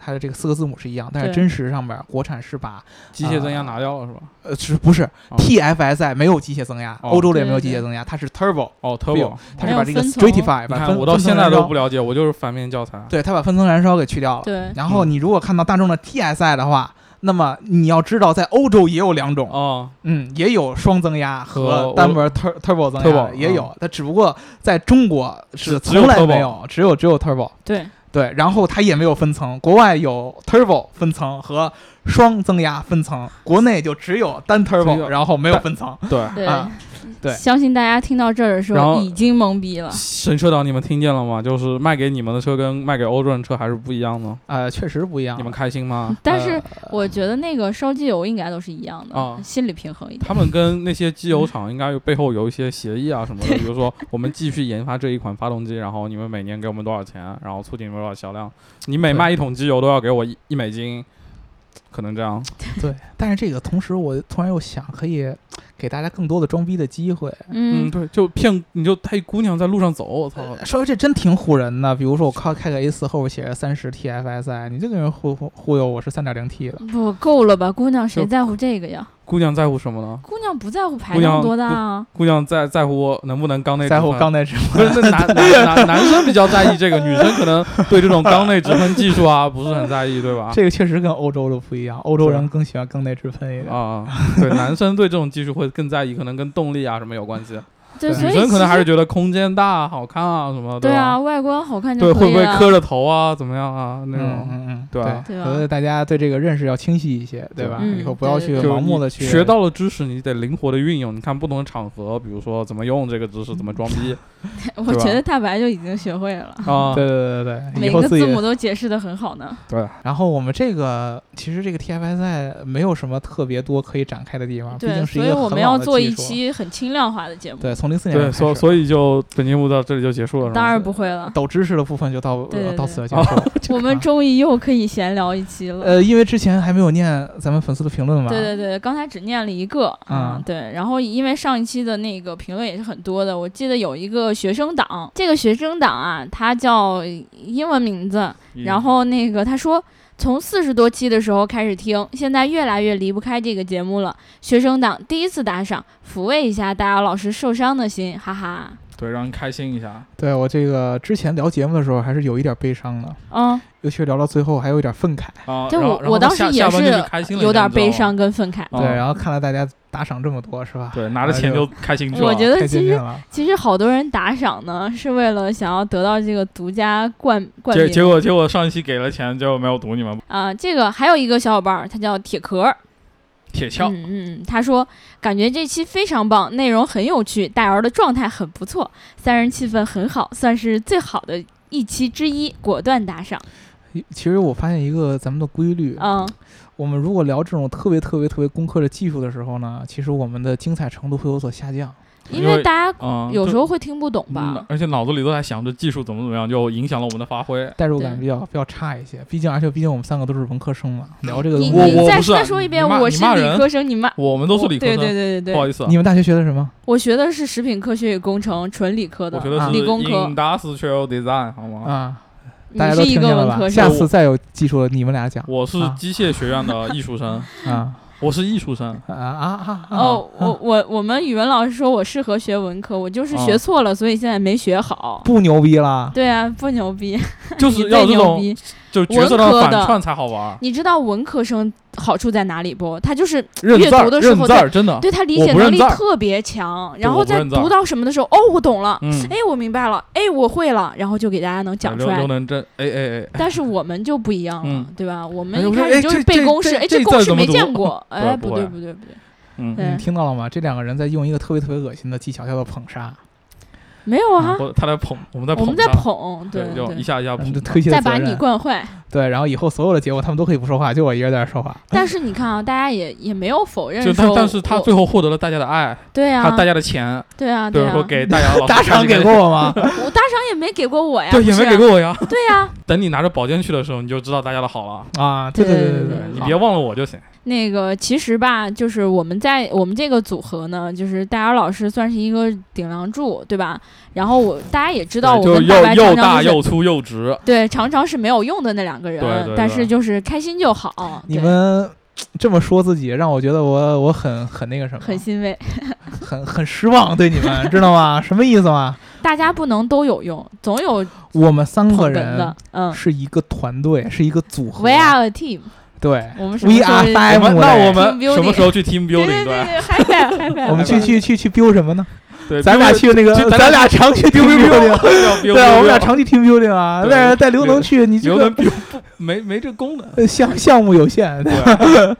[SPEAKER 2] 它的这个四个字母是一样，但是
[SPEAKER 1] 对
[SPEAKER 2] 真实上面国产是把
[SPEAKER 3] 机械增压拿掉了是吧？
[SPEAKER 2] 呃是不是
[SPEAKER 3] 哦
[SPEAKER 2] TFSI 没有机械增压，
[SPEAKER 3] 哦
[SPEAKER 2] 欧洲的也没有
[SPEAKER 1] 对对
[SPEAKER 2] 机械
[SPEAKER 1] 对
[SPEAKER 2] 增压，它是 Turbo，
[SPEAKER 3] 哦
[SPEAKER 2] 没有
[SPEAKER 3] ，Turbo，
[SPEAKER 2] 它是把这个
[SPEAKER 1] 还有分层
[SPEAKER 2] Stratify
[SPEAKER 3] 你
[SPEAKER 2] 把
[SPEAKER 3] 看
[SPEAKER 2] 分
[SPEAKER 3] 我到
[SPEAKER 2] 分层
[SPEAKER 3] 现在
[SPEAKER 2] 燃
[SPEAKER 3] 都
[SPEAKER 2] 烧
[SPEAKER 3] 不了解，我就是反面教材。
[SPEAKER 2] 对，它把分层燃烧给去掉了。
[SPEAKER 1] 对，
[SPEAKER 2] 然
[SPEAKER 3] 嗯
[SPEAKER 2] 后你如果看到大众的 TSI 的话，那么你要知道，在欧洲也有两种，
[SPEAKER 3] 哦，
[SPEAKER 2] 嗯，也有双增压
[SPEAKER 3] 和
[SPEAKER 2] 和
[SPEAKER 3] 我
[SPEAKER 2] 单门 tur turbo 增压
[SPEAKER 3] turbo，
[SPEAKER 2] 也有
[SPEAKER 3] 嗯，
[SPEAKER 2] 它只不过在中国是
[SPEAKER 3] 只有
[SPEAKER 2] 从来
[SPEAKER 3] turbo
[SPEAKER 2] 没有，只有只有 turbo。
[SPEAKER 1] 对，
[SPEAKER 2] 对，然后它也没有分层，国外有 turbo 分层和双增压分层，国内就只有单
[SPEAKER 3] 只有
[SPEAKER 2] turbo，然后没有分层。
[SPEAKER 3] 对，
[SPEAKER 1] 对、
[SPEAKER 2] 啊对
[SPEAKER 1] 相信大家听到这儿的时
[SPEAKER 3] 然
[SPEAKER 1] 候
[SPEAKER 3] 后
[SPEAKER 1] 已经懵逼了。
[SPEAKER 3] 神车党你们听见了吗？就是卖给你们的车跟卖给欧洲人车还是不一样的，
[SPEAKER 2] 呃，确实不一样。
[SPEAKER 3] 你们开心吗？
[SPEAKER 1] 但是
[SPEAKER 2] 呃
[SPEAKER 1] 我觉得那个烧机油应该都是一样的，
[SPEAKER 3] 啊
[SPEAKER 1] 心理平衡一点。
[SPEAKER 3] 他们跟那些机油厂应该有背后有一些协议啊什么的，比如说我们继续研发这一款发动机，然后你们每年给我们多少钱，然后促进你们多少销量，你每
[SPEAKER 2] 对
[SPEAKER 3] 卖一桶机油都要给我一一美金，可能这样。
[SPEAKER 2] 对，但是这个同时我突然又想，可以给大家更多的装逼的机会。
[SPEAKER 1] 嗯
[SPEAKER 3] 嗯，对，就骗你就带姑娘在路上走，我操，
[SPEAKER 2] 稍微这真挺唬人的。比如说我开开个 A 四，后边写着三十 TFSI，你这个人忽忽忽悠我是三点零 T 的。
[SPEAKER 1] 嗯不够了吧，姑娘，谁在乎这个呀？
[SPEAKER 3] 姑娘在乎什么呢？
[SPEAKER 1] 姑娘不在乎排
[SPEAKER 3] 姑娘
[SPEAKER 1] 量多大啊，
[SPEAKER 3] 姑娘在在乎能不能缸内
[SPEAKER 2] 在乎
[SPEAKER 3] 直喷
[SPEAKER 2] 刚才直
[SPEAKER 3] 不是，那男男男男生比较在意这个，女生可能对这种缸内直喷技术啊不是很在意，对吧？
[SPEAKER 2] 这个确实跟欧洲的不一样，欧洲人更喜欢更内直喷一点。
[SPEAKER 3] 啊，对，男生对这种技术会更在意，可能跟动力啊什么有关系。
[SPEAKER 2] 嗯
[SPEAKER 1] 对，所
[SPEAKER 3] 女
[SPEAKER 1] 以
[SPEAKER 3] 生可能还是
[SPEAKER 1] 其实
[SPEAKER 3] 觉得空间大、好看啊什么，
[SPEAKER 1] 对啊，
[SPEAKER 3] 吧？
[SPEAKER 1] 外观好看就
[SPEAKER 3] 对，
[SPEAKER 1] 可
[SPEAKER 3] 会
[SPEAKER 1] 以
[SPEAKER 3] 不会
[SPEAKER 1] 了。
[SPEAKER 3] 磕着头啊？怎么样啊？
[SPEAKER 2] 嗯
[SPEAKER 3] 那种
[SPEAKER 2] 嗯嗯，
[SPEAKER 3] 对啊吧
[SPEAKER 1] 对吧啊
[SPEAKER 2] 所以大家对这个认识要清晰一些，对吧？
[SPEAKER 1] 嗯
[SPEAKER 2] 以后不要去
[SPEAKER 1] 对
[SPEAKER 3] 就
[SPEAKER 2] 盲目
[SPEAKER 3] 你
[SPEAKER 2] 的去
[SPEAKER 3] 学。到了知识，你得灵活的运用。你看不同的场合，比如说怎么用这个知识，怎么 装逼
[SPEAKER 1] 我
[SPEAKER 3] 对吧
[SPEAKER 1] 觉得大白就已经学会了，
[SPEAKER 3] 啊？
[SPEAKER 2] 对对对对对，
[SPEAKER 1] 每
[SPEAKER 2] 哎以后
[SPEAKER 1] 个
[SPEAKER 2] 自
[SPEAKER 1] 字
[SPEAKER 2] 己。
[SPEAKER 1] 母都解释的很好呢。
[SPEAKER 3] 对，
[SPEAKER 2] 然后我们这个其实这个 TFSI 没有什么特别多可以展开的地方，啊毕
[SPEAKER 1] 对，
[SPEAKER 2] 竟是一
[SPEAKER 1] 所
[SPEAKER 2] 个
[SPEAKER 1] 以我
[SPEAKER 2] 很
[SPEAKER 1] 们
[SPEAKER 2] 老
[SPEAKER 1] 要
[SPEAKER 2] 的
[SPEAKER 1] 做
[SPEAKER 2] 技
[SPEAKER 1] 一
[SPEAKER 2] 术。啊
[SPEAKER 1] 期很轻量化的节目。
[SPEAKER 2] 对，从零四年
[SPEAKER 3] 对，所
[SPEAKER 2] 以
[SPEAKER 3] 所以就本节目到这里就结束了，是吗
[SPEAKER 1] 当然不会了，
[SPEAKER 2] 抖知识的部分就到呃
[SPEAKER 1] 对对对
[SPEAKER 2] 到此结束。
[SPEAKER 1] 我们终于又可以闲聊一期了。
[SPEAKER 2] 啊呃，因为之前还没有念咱们粉丝的评论嘛，
[SPEAKER 1] 对对对，刚才只念了一个啊、
[SPEAKER 2] 嗯
[SPEAKER 1] 对。然后因为上一期的那个评论也是很多的，我记得有一个学生党，这个学生党啊，他叫英文名字，
[SPEAKER 3] 嗯
[SPEAKER 1] 然后那个他说。从四十多期的时候开始听，现在越来越离不开这个节目了。学生党第一次打赏，抚慰一下大姚老师受伤的心，哈哈。
[SPEAKER 3] 对，让人开心一下。
[SPEAKER 2] 对我这个之前聊节目的时候还是有一点悲伤的，
[SPEAKER 1] 嗯，
[SPEAKER 2] 尤其是聊到最后还有一点愤慨。
[SPEAKER 3] 啊，
[SPEAKER 1] 对
[SPEAKER 3] 然后
[SPEAKER 1] 我
[SPEAKER 3] 然后
[SPEAKER 1] 我当
[SPEAKER 3] 下
[SPEAKER 1] 时也
[SPEAKER 3] 下班就是开心了一下
[SPEAKER 1] 有点
[SPEAKER 3] 你知道
[SPEAKER 1] 悲
[SPEAKER 3] 吗
[SPEAKER 1] 伤跟愤慨。
[SPEAKER 3] 哦
[SPEAKER 2] 对，然后看到大家打赏这么多，是吧？
[SPEAKER 3] 对，拿着钱就开心去了。
[SPEAKER 1] 我觉
[SPEAKER 2] 哎
[SPEAKER 1] 得
[SPEAKER 2] 就太
[SPEAKER 1] 其
[SPEAKER 2] 见
[SPEAKER 1] 实
[SPEAKER 2] 面了。
[SPEAKER 1] 其实好多人打赏呢，是为了想要得到这个独家冠冠
[SPEAKER 3] 结结
[SPEAKER 1] 名
[SPEAKER 3] 果结果上一期给了钱，结果没有赌你们
[SPEAKER 1] 啊、这个还有一个小伙伴儿，他叫铁壳儿，
[SPEAKER 3] 铁锹。
[SPEAKER 1] 嗯嗯，他说感觉这期非常棒，内容很有趣，大姚的状态很不错，三人气氛很好，算是最好的一期之一，果断打赏。
[SPEAKER 2] 其实我发现一个咱们的规律，
[SPEAKER 1] 嗯，
[SPEAKER 2] 我们如果聊这种特别特别特别攻克的技术的时候呢，其实我们的精彩程度会有所下降。
[SPEAKER 1] 因
[SPEAKER 3] 因
[SPEAKER 1] 为
[SPEAKER 3] 为
[SPEAKER 1] 大家
[SPEAKER 3] 嗯，
[SPEAKER 1] 有
[SPEAKER 3] 就
[SPEAKER 1] 时候会听不懂
[SPEAKER 3] 嗯
[SPEAKER 1] 吧？
[SPEAKER 3] 而且脑子里都在想着技术怎么怎么样，就影响了我们的发挥。
[SPEAKER 2] 代入感
[SPEAKER 1] 对
[SPEAKER 2] 比较比较差一些，毕竟而且毕竟我们三个都是文科生嘛，聊这个
[SPEAKER 1] 嗯你
[SPEAKER 2] 东
[SPEAKER 3] 我
[SPEAKER 1] 你
[SPEAKER 3] 我
[SPEAKER 2] 西，
[SPEAKER 1] 再
[SPEAKER 3] 不是
[SPEAKER 1] 再说一遍，
[SPEAKER 3] 你骂
[SPEAKER 1] 我
[SPEAKER 3] 你
[SPEAKER 1] 是
[SPEAKER 3] 骂
[SPEAKER 1] 理
[SPEAKER 3] 人
[SPEAKER 1] 科生，你骂
[SPEAKER 3] 我们都是理科
[SPEAKER 1] 哦对
[SPEAKER 3] 生，
[SPEAKER 1] 对对对
[SPEAKER 3] 不好
[SPEAKER 1] 对，
[SPEAKER 3] 意思啊，
[SPEAKER 2] 你们大学学的什么？
[SPEAKER 1] 我学的是食品科学与工程，纯理科的，
[SPEAKER 3] 我学的是
[SPEAKER 1] 理工科，
[SPEAKER 3] industrial design 好吗？
[SPEAKER 2] 啊，
[SPEAKER 1] 你
[SPEAKER 2] 大家都
[SPEAKER 1] 是一
[SPEAKER 2] 听
[SPEAKER 1] 个
[SPEAKER 2] 见了
[SPEAKER 1] 文
[SPEAKER 2] 吧？
[SPEAKER 1] 科
[SPEAKER 2] 下
[SPEAKER 1] 生。
[SPEAKER 2] 次再有技术的，你们俩讲
[SPEAKER 3] 我是
[SPEAKER 2] 啊
[SPEAKER 3] 机械学院的艺术 生，
[SPEAKER 2] 啊
[SPEAKER 3] 我是艺术生。
[SPEAKER 2] 啊啊啊！啊
[SPEAKER 1] 哦，我我我们语文老师说我适合学文科，我就是学
[SPEAKER 3] 哦
[SPEAKER 1] 错了，所以现在没学好。
[SPEAKER 2] 不牛逼啦！
[SPEAKER 1] 对啊，不牛逼，
[SPEAKER 3] 就
[SPEAKER 1] 你
[SPEAKER 3] 是要
[SPEAKER 1] 最
[SPEAKER 3] 有这
[SPEAKER 1] 牛
[SPEAKER 3] 种
[SPEAKER 1] 逼。
[SPEAKER 3] 就是角色
[SPEAKER 1] 文科
[SPEAKER 3] 的反
[SPEAKER 1] 的
[SPEAKER 3] 串才好玩儿。
[SPEAKER 1] 你知道文科生好处在哪里不？他就是
[SPEAKER 3] 认
[SPEAKER 1] 阅
[SPEAKER 3] 字儿，
[SPEAKER 1] 读的时
[SPEAKER 3] 认
[SPEAKER 1] 候
[SPEAKER 3] 字儿，真的。
[SPEAKER 1] 对他理
[SPEAKER 3] 啊我
[SPEAKER 1] 解
[SPEAKER 3] 不
[SPEAKER 1] 能
[SPEAKER 3] 认
[SPEAKER 1] 力
[SPEAKER 3] 字儿
[SPEAKER 1] 特别强，然
[SPEAKER 3] 我
[SPEAKER 1] 后
[SPEAKER 3] 不
[SPEAKER 1] 在
[SPEAKER 3] 认字儿
[SPEAKER 1] 读到什么的时候，哦，我懂了，
[SPEAKER 3] 嗯，
[SPEAKER 1] 哎，我明白了，哎，我会了，然后就给大家能讲出
[SPEAKER 3] 刘
[SPEAKER 1] 来
[SPEAKER 3] 刘。能真，哎哎哎，
[SPEAKER 1] 但是我们就不一样了
[SPEAKER 3] 嗯，
[SPEAKER 1] 对吧？我
[SPEAKER 3] 哎
[SPEAKER 1] 们
[SPEAKER 3] 我
[SPEAKER 1] 一
[SPEAKER 3] 说
[SPEAKER 1] 开始
[SPEAKER 3] 哎
[SPEAKER 1] 就是
[SPEAKER 3] 这
[SPEAKER 1] 背
[SPEAKER 3] 这
[SPEAKER 1] 公式，
[SPEAKER 3] 这
[SPEAKER 1] 哎，
[SPEAKER 3] 这字
[SPEAKER 1] 公
[SPEAKER 3] 儿
[SPEAKER 1] 式
[SPEAKER 3] 怎么
[SPEAKER 1] 没
[SPEAKER 3] 读
[SPEAKER 1] 见过，哎，
[SPEAKER 3] 不
[SPEAKER 1] 不
[SPEAKER 3] 会啊
[SPEAKER 1] 对不对不对，
[SPEAKER 3] 嗯，
[SPEAKER 1] 对
[SPEAKER 2] 你听到了吗？这两个人在用一个特别特别恶心的技巧，叫做捧杀，
[SPEAKER 1] 没有啊，
[SPEAKER 3] 我他在捧，我们在捧
[SPEAKER 1] 我们
[SPEAKER 3] 他，
[SPEAKER 1] 在捧，对
[SPEAKER 3] 对，就一
[SPEAKER 1] 对，
[SPEAKER 3] 下一下
[SPEAKER 2] 然
[SPEAKER 3] 捧
[SPEAKER 2] 后嗯就。推卸
[SPEAKER 1] 再
[SPEAKER 2] 了
[SPEAKER 1] 把
[SPEAKER 2] 责
[SPEAKER 1] 你
[SPEAKER 2] 任。
[SPEAKER 1] 惯坏。
[SPEAKER 2] 对，然后以后所有的结果他们都可以不说话，就我一个人在这儿 说话。
[SPEAKER 1] 但是你看啊，大家也也没有否认
[SPEAKER 3] 就但
[SPEAKER 1] 说，
[SPEAKER 3] 但是他
[SPEAKER 1] 我
[SPEAKER 3] 最后获得了大家的爱，
[SPEAKER 1] 对啊，
[SPEAKER 3] 他大家的钱，
[SPEAKER 1] 对啊，
[SPEAKER 3] 比
[SPEAKER 1] 对
[SPEAKER 3] 如
[SPEAKER 1] 啊，
[SPEAKER 3] 说给大家
[SPEAKER 2] 打赏给过 我吗？
[SPEAKER 1] 我大赏也没给过我呀，
[SPEAKER 3] 对，
[SPEAKER 1] 不
[SPEAKER 3] 也
[SPEAKER 1] 是啊
[SPEAKER 3] 没给，过我呀。
[SPEAKER 1] 对呀、啊
[SPEAKER 3] 等你拿着宝剑去的时候，你就知道大家的好了。
[SPEAKER 2] 啊，对
[SPEAKER 1] 对
[SPEAKER 2] 对
[SPEAKER 1] 对
[SPEAKER 2] 对
[SPEAKER 1] 对
[SPEAKER 3] 你别忘了我就行。
[SPEAKER 1] 那个其实吧，就是我们在我们这个组合呢，就是戴尔老师算是一个顶梁柱，对吧？然后我大家也知道，我
[SPEAKER 3] 对哎就
[SPEAKER 1] 跟大白常
[SPEAKER 3] 是又又大
[SPEAKER 1] 常就是
[SPEAKER 3] 又粗又直，
[SPEAKER 1] 对常常是没有用的那两个人，
[SPEAKER 3] 对对
[SPEAKER 1] 但
[SPEAKER 3] 对
[SPEAKER 1] 是就是开心就好。
[SPEAKER 2] 你
[SPEAKER 1] 对
[SPEAKER 2] 们这么说自己，让我觉得我我很很那个什么，
[SPEAKER 1] 很欣慰，
[SPEAKER 2] 很很失望，对你们知道吗？什么意思吗？
[SPEAKER 1] 大家不能都有用，总有
[SPEAKER 2] 我们三
[SPEAKER 1] 捧
[SPEAKER 2] 个
[SPEAKER 1] 哏
[SPEAKER 2] 人
[SPEAKER 1] 的。嗯
[SPEAKER 2] 是一个团队，是一个组合。
[SPEAKER 1] ，We are a team，
[SPEAKER 2] 对
[SPEAKER 1] 我们什么
[SPEAKER 2] We
[SPEAKER 1] 时候
[SPEAKER 2] are
[SPEAKER 1] 是
[SPEAKER 2] five
[SPEAKER 3] 我们哎那我
[SPEAKER 1] Team
[SPEAKER 3] 们
[SPEAKER 1] building
[SPEAKER 3] 什么时候去 team
[SPEAKER 1] 对
[SPEAKER 3] building？
[SPEAKER 1] 对对对嗨嗨 嗨嗨，
[SPEAKER 2] 我们去去去去 build 什么呢？
[SPEAKER 3] 对，
[SPEAKER 2] 咱俩去那个，
[SPEAKER 3] 去咱俩
[SPEAKER 2] 咱俩常去 team building。
[SPEAKER 3] 对
[SPEAKER 2] 对啊，我们俩常去 team building 啊。
[SPEAKER 3] 对
[SPEAKER 2] 但是带刘能去，你这
[SPEAKER 3] 刘能
[SPEAKER 2] 个
[SPEAKER 3] 不没没这功 能。
[SPEAKER 2] 呃项项目有限
[SPEAKER 3] 对啊，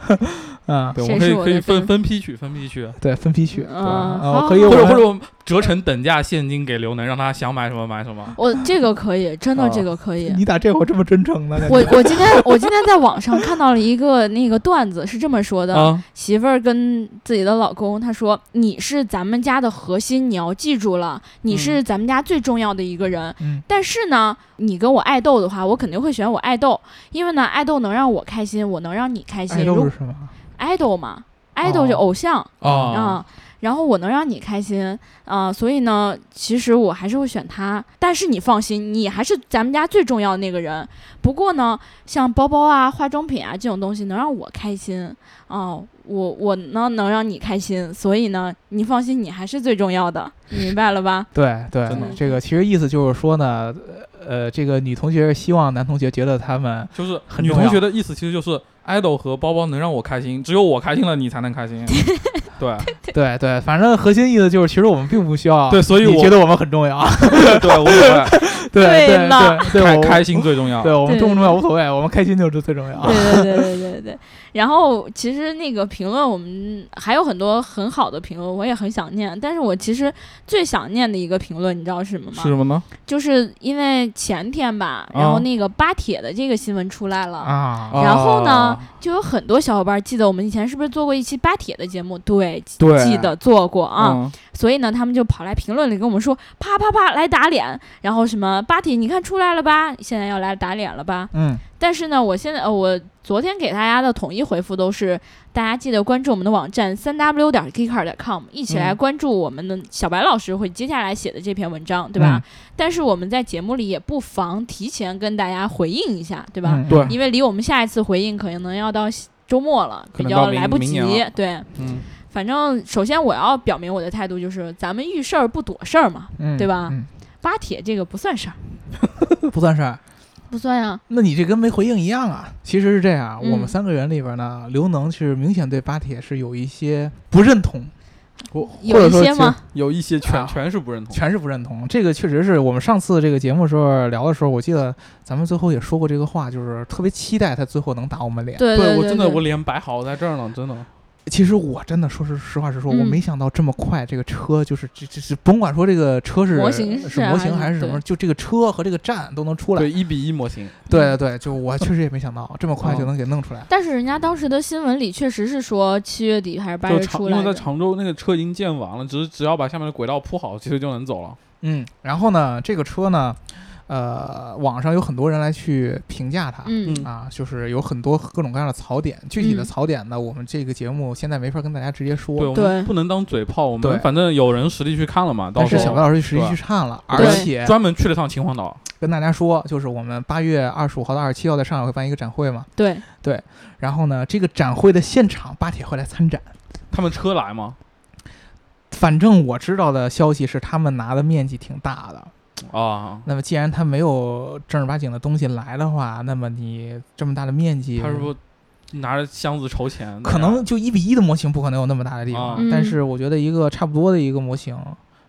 [SPEAKER 2] 啊。
[SPEAKER 3] 对，我
[SPEAKER 1] 谁
[SPEAKER 3] 们可
[SPEAKER 1] 是
[SPEAKER 3] 以
[SPEAKER 1] 我
[SPEAKER 3] 可以
[SPEAKER 1] 的
[SPEAKER 3] 分
[SPEAKER 1] 队
[SPEAKER 3] 分批取，分批取，
[SPEAKER 2] 对，分批去。
[SPEAKER 1] 嗯，
[SPEAKER 2] 啊
[SPEAKER 1] 好
[SPEAKER 2] 可以
[SPEAKER 1] 好
[SPEAKER 2] 我
[SPEAKER 3] 或
[SPEAKER 1] 好
[SPEAKER 3] 者
[SPEAKER 2] 们
[SPEAKER 3] 或者我们折成等价现金给刘能，让他想买什么买什么。
[SPEAKER 1] 我这个可以，真的
[SPEAKER 2] 啊
[SPEAKER 1] 这个可以。
[SPEAKER 2] 你咋这会儿这么真诚呢？感觉
[SPEAKER 1] 我我今天我今天在网上看到了一个那个段子，是这么说的：
[SPEAKER 3] 啊，
[SPEAKER 1] 媳妇儿跟自己的老公，她说：“你是咱们家的核心，你要记住了，你是咱们家最重要的一个人。
[SPEAKER 2] 嗯
[SPEAKER 1] 但是呢，你跟我爱豆的话，我肯定会选我爱豆，因为呢，爱豆能让我开心，我能让你开心。
[SPEAKER 2] 爱
[SPEAKER 1] 如
[SPEAKER 2] 豆是什么？
[SPEAKER 1] 爱豆嘛，爱豆就
[SPEAKER 2] 哦
[SPEAKER 1] 偶像啊、
[SPEAKER 3] 哦，
[SPEAKER 1] 然后我能让你开心啊、所以呢，其实我还是会选他。但是你放心，你还是咱们家最重要的那个人。不过呢，像包包啊、化妆品啊这种东西能让我开心啊、我我呢能让你开心，所以呢，你放心，你还是最重要的，你明白了吧？
[SPEAKER 2] 对对
[SPEAKER 3] 真的，
[SPEAKER 2] 这个其实意思就是说呢，呃，这个女同学希望男同学觉得他们
[SPEAKER 3] 就是
[SPEAKER 2] 很
[SPEAKER 3] 女
[SPEAKER 2] 重
[SPEAKER 3] 同
[SPEAKER 2] 要
[SPEAKER 3] 学的意思，其实就是爱豆和包包能让我开心，只有我开心了，你才能 开心。 对啊
[SPEAKER 2] 对对，反正核心意思就是，其实我们并不需要
[SPEAKER 3] 对，所以
[SPEAKER 2] 你
[SPEAKER 3] 我
[SPEAKER 2] 觉得我们很重要，
[SPEAKER 3] 对无所
[SPEAKER 2] 对
[SPEAKER 1] 对
[SPEAKER 2] 对
[SPEAKER 1] 了
[SPEAKER 2] 对，对
[SPEAKER 3] 谓，开
[SPEAKER 2] 我
[SPEAKER 3] 开心最重要。
[SPEAKER 2] 对我们
[SPEAKER 1] 对
[SPEAKER 2] 重不重要无所谓，我们开心就是最重要。
[SPEAKER 1] 对对对对对对。然后其实那个评论，我们还有很多很好的评论，我也很想念。但是我其实最想念的一个评论，你知道是什么吗？
[SPEAKER 3] 是什么呢？
[SPEAKER 1] 就是因为前天吧，
[SPEAKER 3] 啊
[SPEAKER 1] 然后那个巴铁的这个新闻出来了，
[SPEAKER 2] 啊，
[SPEAKER 1] 然后呢
[SPEAKER 3] 哦？
[SPEAKER 1] 就有很多小伙伴记得我们以前是不是做过一期巴铁的节目？对，记
[SPEAKER 3] 对
[SPEAKER 1] 记得做过啊。
[SPEAKER 3] 嗯，
[SPEAKER 1] 所以呢，他们就跑来评论里跟我们说，啪啪啪来打脸，然后什么巴铁你看出来了吧，现在要来打脸了吧？
[SPEAKER 2] 嗯，
[SPEAKER 1] 但是呢，我现在呃我昨天给大家的统一回复都是，大家记得关注我们的网站三 w 点 geeker 点 com，一起来
[SPEAKER 2] 嗯
[SPEAKER 1] 关注我们的小白老师会接下来写的这篇文章，对
[SPEAKER 3] 嗯
[SPEAKER 1] 吧？但是我们在节目里也不妨提前跟大家回应一下，对
[SPEAKER 2] 对
[SPEAKER 1] 吧？
[SPEAKER 3] 对
[SPEAKER 1] 因为离我们下一次回应可能要到周末了，
[SPEAKER 3] 可
[SPEAKER 1] 比
[SPEAKER 3] 能
[SPEAKER 1] 较
[SPEAKER 3] 到明
[SPEAKER 1] 来不
[SPEAKER 3] 明
[SPEAKER 1] 及
[SPEAKER 3] 年了。
[SPEAKER 1] 对，
[SPEAKER 3] 嗯，
[SPEAKER 1] 反正首先我要表明我的态度就是，咱们遇事儿不躲事儿嘛。
[SPEAKER 2] 嗯，
[SPEAKER 1] 对吧
[SPEAKER 2] 嗯，
[SPEAKER 1] 巴铁这个不算事儿，
[SPEAKER 2] 不算事儿。
[SPEAKER 1] 不算啊呀、
[SPEAKER 2] 那你这跟没回应一样啊！其实是这样，
[SPEAKER 1] 嗯
[SPEAKER 2] 我们三个人里边呢，刘能是明显对巴铁是有一些不认同，我或
[SPEAKER 1] 有
[SPEAKER 2] 者
[SPEAKER 1] 一
[SPEAKER 2] 说
[SPEAKER 1] 些
[SPEAKER 2] 其
[SPEAKER 1] 吗？
[SPEAKER 3] 有一些全
[SPEAKER 2] 啊
[SPEAKER 3] 全是不认同。
[SPEAKER 2] 全是不认同。这个确实是我们上次这个节目时候聊的时候，我记得咱们最后也说过这个话，就是特别期待他最后能打我们脸。
[SPEAKER 1] 对对对
[SPEAKER 3] 我真的
[SPEAKER 1] 对
[SPEAKER 3] 我脸摆好在这儿呢，真的。
[SPEAKER 2] 其实我真的说是实话实说，
[SPEAKER 1] 嗯
[SPEAKER 2] 我没想到这么快，这个车就是这这这，甭管说这个车是
[SPEAKER 1] 模型是啊
[SPEAKER 2] 是模型
[SPEAKER 1] 还是
[SPEAKER 2] 还是什么，
[SPEAKER 1] 对
[SPEAKER 2] 就这个车和这个站都能出来。
[SPEAKER 3] 对，嗯一比一模型。
[SPEAKER 2] 对对对，就我确实也没想 到这么快就能给弄出来。
[SPEAKER 3] 哦
[SPEAKER 1] 但是人家当时的新闻里确实是说七月底还是八
[SPEAKER 3] 就
[SPEAKER 1] 月
[SPEAKER 3] 常
[SPEAKER 1] 初
[SPEAKER 3] 因
[SPEAKER 1] 来
[SPEAKER 3] 为在
[SPEAKER 1] 着。
[SPEAKER 3] 常州那个车已经建完了，只是只要把下面的轨道铺好，其实就能走了。
[SPEAKER 2] 嗯，然后呢，这个车呢，呃，网上有很多人来去评价它。
[SPEAKER 1] 嗯
[SPEAKER 2] 啊，就是有很多各种各样的槽点，具体的
[SPEAKER 1] 嗯
[SPEAKER 2] 槽点呢，我们这个节目现在没法跟大家直接说。
[SPEAKER 3] 对，我
[SPEAKER 1] 对
[SPEAKER 3] 们不能当嘴炮，我
[SPEAKER 2] 对
[SPEAKER 3] 们反正有人实地去看了嘛，到
[SPEAKER 2] 但
[SPEAKER 3] 时
[SPEAKER 2] 是
[SPEAKER 3] 候
[SPEAKER 2] 小白老师实际去看了，而
[SPEAKER 1] 对
[SPEAKER 2] 且
[SPEAKER 3] 专门去了趟秦皇岛。
[SPEAKER 2] 跟大家说，就是我们八月二十五号到二十七号在上海会办一个展会嘛，
[SPEAKER 1] 对，
[SPEAKER 2] 然后呢，这个展会的现场巴铁会来参展。
[SPEAKER 3] 他们车来吗？
[SPEAKER 2] 反正我知道的消息是，他们拿的面积挺大的。
[SPEAKER 3] 啊，
[SPEAKER 2] 那么既然他没有正儿八经的东西来的话，那么你这么大的面积，
[SPEAKER 3] 他是不是拿着箱子筹钱？
[SPEAKER 2] 可能就一比一的模型不可能有那么大的地方，
[SPEAKER 3] 啊
[SPEAKER 1] 嗯
[SPEAKER 2] 但是我觉得一个差不多的一个模型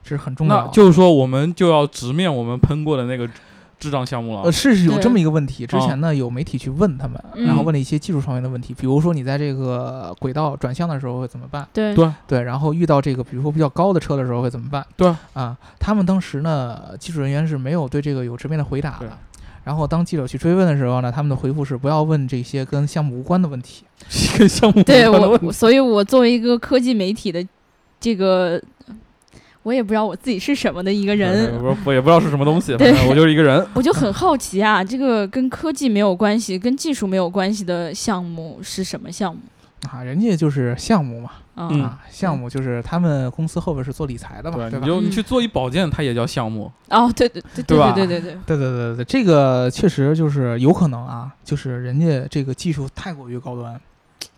[SPEAKER 2] 这是很重要
[SPEAKER 3] 那
[SPEAKER 2] 的。
[SPEAKER 3] 就是说，我们就要直面我们喷过的那个智障项目了
[SPEAKER 2] 呃，。是有
[SPEAKER 1] 对
[SPEAKER 2] 这么一个问题。
[SPEAKER 3] 啊
[SPEAKER 2] 之前呢，有媒体去问他们，
[SPEAKER 1] 嗯
[SPEAKER 2] 然后问了一些技术方面的问题，比如说你在这个轨道转向的时候会怎么办？
[SPEAKER 1] 对
[SPEAKER 3] 对
[SPEAKER 2] 对，然后遇到这个比如说比较高的车的时候会怎么办？
[SPEAKER 3] 对啊
[SPEAKER 2] 啊，他们当时呢，技术人员是没有对这个有直面的回答
[SPEAKER 3] 对
[SPEAKER 2] 的。然后当记者去追问的时候呢，他们的回复是不要问这些跟项目无关的问题。
[SPEAKER 3] 这个项目
[SPEAKER 1] 对
[SPEAKER 3] 不可能
[SPEAKER 1] 我，我所以我作为一个科技媒体的这个，我也不知道我自己是什么的一个人，
[SPEAKER 3] 我我也不知道是什么东西，
[SPEAKER 1] 对
[SPEAKER 3] 反正我就是一个人。
[SPEAKER 1] 我就很好奇啊，这个跟科技没有关系、跟技术没有关系的项目是什么项目？
[SPEAKER 2] 啊，人家就是项目嘛，
[SPEAKER 3] 嗯
[SPEAKER 1] 嗯
[SPEAKER 2] 啊，项目就是他们公司后边是做理财的嘛，
[SPEAKER 3] 对，啊
[SPEAKER 2] 对
[SPEAKER 3] 你
[SPEAKER 2] 吧？
[SPEAKER 3] 就你
[SPEAKER 1] 嗯
[SPEAKER 3] 去做一保健，它也叫项目，
[SPEAKER 1] 哦，对对对
[SPEAKER 2] 对吧
[SPEAKER 1] 对对对对，
[SPEAKER 2] 对对对对，这个确实就是有可能啊，就是人家这个技术太过于高端，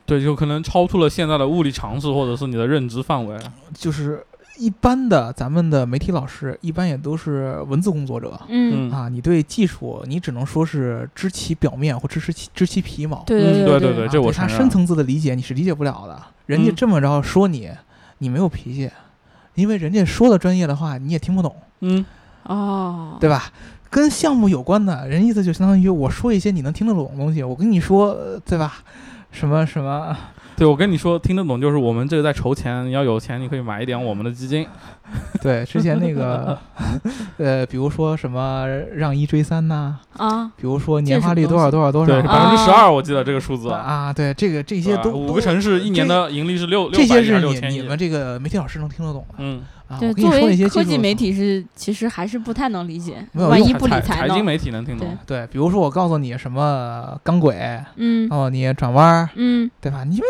[SPEAKER 3] 对，就可能超出了现在的物理常识或者是你的认知范围。
[SPEAKER 2] 就是一般的咱们的媒体老师一般也都是文字工作者。
[SPEAKER 1] 嗯，
[SPEAKER 3] 嗯，
[SPEAKER 2] 啊，你对技术，你只能说是知其表面或知其知其皮毛，
[SPEAKER 1] 对
[SPEAKER 3] 嗯
[SPEAKER 1] 对
[SPEAKER 3] 对对
[SPEAKER 2] 啊
[SPEAKER 3] 这我
[SPEAKER 2] 对他
[SPEAKER 3] 承认
[SPEAKER 2] 深层次的理解你是理解不了的。人家
[SPEAKER 3] 嗯
[SPEAKER 2] 这么着说你，你没有脾气，因为人家说的专业的话你也听不懂，
[SPEAKER 3] 嗯，
[SPEAKER 1] 哦，
[SPEAKER 2] 对吧？跟项目有关的人意思就相当于我说一些你能听得懂的东西，我跟你说，呃对吧？ 什么什么，
[SPEAKER 3] 对，我跟你说，听得懂就是我们这个在筹钱，你要有钱，你可以买一点我们的基金。
[SPEAKER 2] 对，之前 那个，呃，比如说什么让一追三呐、
[SPEAKER 1] 啊，
[SPEAKER 2] 比如说
[SPEAKER 1] 这
[SPEAKER 2] 年
[SPEAKER 1] 是
[SPEAKER 2] 化率
[SPEAKER 1] 东
[SPEAKER 2] 多少
[SPEAKER 1] 西
[SPEAKER 2] 多少多少
[SPEAKER 3] 对，
[SPEAKER 1] 啊
[SPEAKER 3] 百分之十二，我记得这个数字。
[SPEAKER 2] 啊，对，这个这
[SPEAKER 3] 对
[SPEAKER 2] 些
[SPEAKER 3] 吧
[SPEAKER 2] 都
[SPEAKER 3] 五
[SPEAKER 2] 都
[SPEAKER 3] 个城市一年
[SPEAKER 2] 这
[SPEAKER 3] 的盈利是六六
[SPEAKER 2] 这
[SPEAKER 3] 百
[SPEAKER 2] 些
[SPEAKER 3] 亿
[SPEAKER 2] 是
[SPEAKER 3] 还是六千
[SPEAKER 2] 你
[SPEAKER 3] 亿
[SPEAKER 2] 你？们这个媒体老师能听得懂的
[SPEAKER 3] 嗯，
[SPEAKER 2] 啊。
[SPEAKER 1] 对，
[SPEAKER 2] 我跟你
[SPEAKER 1] 作
[SPEAKER 2] 说一些
[SPEAKER 1] 为
[SPEAKER 2] 技
[SPEAKER 1] 科技
[SPEAKER 2] 术
[SPEAKER 1] 媒体是其实还是不太能理解，
[SPEAKER 2] 没有
[SPEAKER 1] 万
[SPEAKER 2] 用
[SPEAKER 1] 一
[SPEAKER 2] 还
[SPEAKER 1] 不理
[SPEAKER 3] 财
[SPEAKER 1] 财
[SPEAKER 3] 财经
[SPEAKER 1] 呢？
[SPEAKER 3] 媒体能听懂。
[SPEAKER 2] 对，比如说我告诉你什么钢轨，
[SPEAKER 1] 嗯
[SPEAKER 2] 哦，你转弯儿，
[SPEAKER 1] 嗯，
[SPEAKER 2] 对吧？你们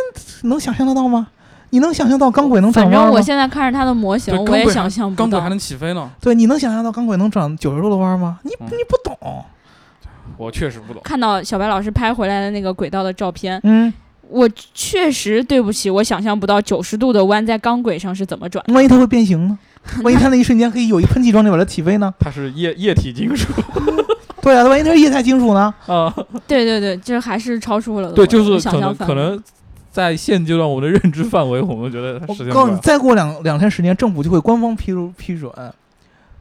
[SPEAKER 2] 能想象得到吗？你能想象到钢轨能转
[SPEAKER 1] 反
[SPEAKER 2] 弯
[SPEAKER 1] 正
[SPEAKER 2] 儿
[SPEAKER 1] 我
[SPEAKER 2] 吗？
[SPEAKER 1] 现在看着它的模型，
[SPEAKER 3] 对
[SPEAKER 1] 我也
[SPEAKER 3] 钢轨
[SPEAKER 1] 想象不
[SPEAKER 3] 钢轨还
[SPEAKER 1] 到。
[SPEAKER 3] 能起飞呢，
[SPEAKER 2] 对，你能想象到钢轨能转九十度的弯儿吗？你
[SPEAKER 3] 嗯
[SPEAKER 2] 你不懂，
[SPEAKER 3] 我确实不 懂。
[SPEAKER 1] 看到小白老师拍回来的那个轨道的照片，
[SPEAKER 2] 嗯，
[SPEAKER 1] 我确实对不起，我想象不到九十度的弯在钢轨上是怎么转的。
[SPEAKER 2] 万一它会变形呢？万一它那一瞬间可以有一喷气装置把它起飞呢？
[SPEAKER 3] 它是液液体金属
[SPEAKER 2] 对啊，万一它是液态金属呢？
[SPEAKER 3] 啊，
[SPEAKER 1] 对对对，这还是超出了我
[SPEAKER 3] 对，就是
[SPEAKER 1] 想
[SPEAKER 3] 可
[SPEAKER 1] 象
[SPEAKER 3] 能
[SPEAKER 1] 范
[SPEAKER 3] 可
[SPEAKER 1] 围
[SPEAKER 3] 能在现阶段我们的认知范围，我们觉得它
[SPEAKER 2] 我
[SPEAKER 3] 实现
[SPEAKER 2] 告诉
[SPEAKER 3] 不
[SPEAKER 2] 你，
[SPEAKER 3] 了。
[SPEAKER 2] 再过两两天时间，政府就会官方批入批准，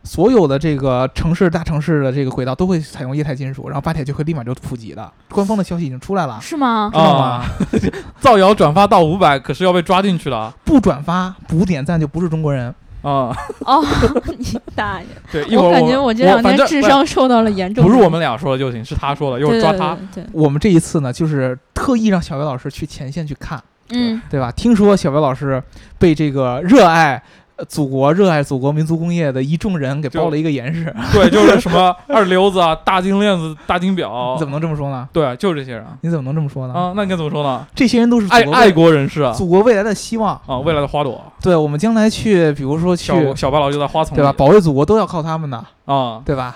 [SPEAKER 2] 所有的这个城市大城市的这个轨道都会采用液态金属，然后巴铁就会立马就普及的。官方的消息已经出来了，
[SPEAKER 1] 是吗？
[SPEAKER 2] 知道吗？
[SPEAKER 3] 啊 造谣转发到五百，可是要被抓进去了
[SPEAKER 2] 不转发不点赞就不是中国人。
[SPEAKER 3] 啊！
[SPEAKER 1] 哦， 你大爷！
[SPEAKER 3] 对， 一会儿
[SPEAKER 1] 我感觉我这两
[SPEAKER 3] 反
[SPEAKER 1] 天
[SPEAKER 3] 正
[SPEAKER 1] 智商受到了严重
[SPEAKER 3] 不
[SPEAKER 1] 的。
[SPEAKER 3] 是我们俩说的就行，是他说的，一会儿
[SPEAKER 1] 对
[SPEAKER 3] 抓
[SPEAKER 1] 对
[SPEAKER 3] 他。
[SPEAKER 1] 对，对
[SPEAKER 2] 我们这一次呢，就是特意让小白老师去前线去看，
[SPEAKER 1] 嗯
[SPEAKER 2] 对吧？听说小白老师被这个热爱。呃祖国热爱祖国民族工业的一众人给包了一个严实，
[SPEAKER 3] 对，就是什 么二流子啊、大金链子、大金表，
[SPEAKER 2] 你怎么能这么说呢？
[SPEAKER 3] 对，啊就是这些人
[SPEAKER 2] 你怎么能这么说呢？
[SPEAKER 3] 哦啊。那你该怎么说呢？
[SPEAKER 2] 这些人都是祖
[SPEAKER 3] 爱
[SPEAKER 2] 国未
[SPEAKER 3] 爱国人士啊，
[SPEAKER 2] 祖国未来的希望。
[SPEAKER 3] 啊，未来的花朵，
[SPEAKER 2] 对我们将来去，比如说去
[SPEAKER 3] 小小白老就在花丛里
[SPEAKER 2] 对吧？保卫祖国都要靠他们的，
[SPEAKER 3] 啊，
[SPEAKER 2] 对 吧？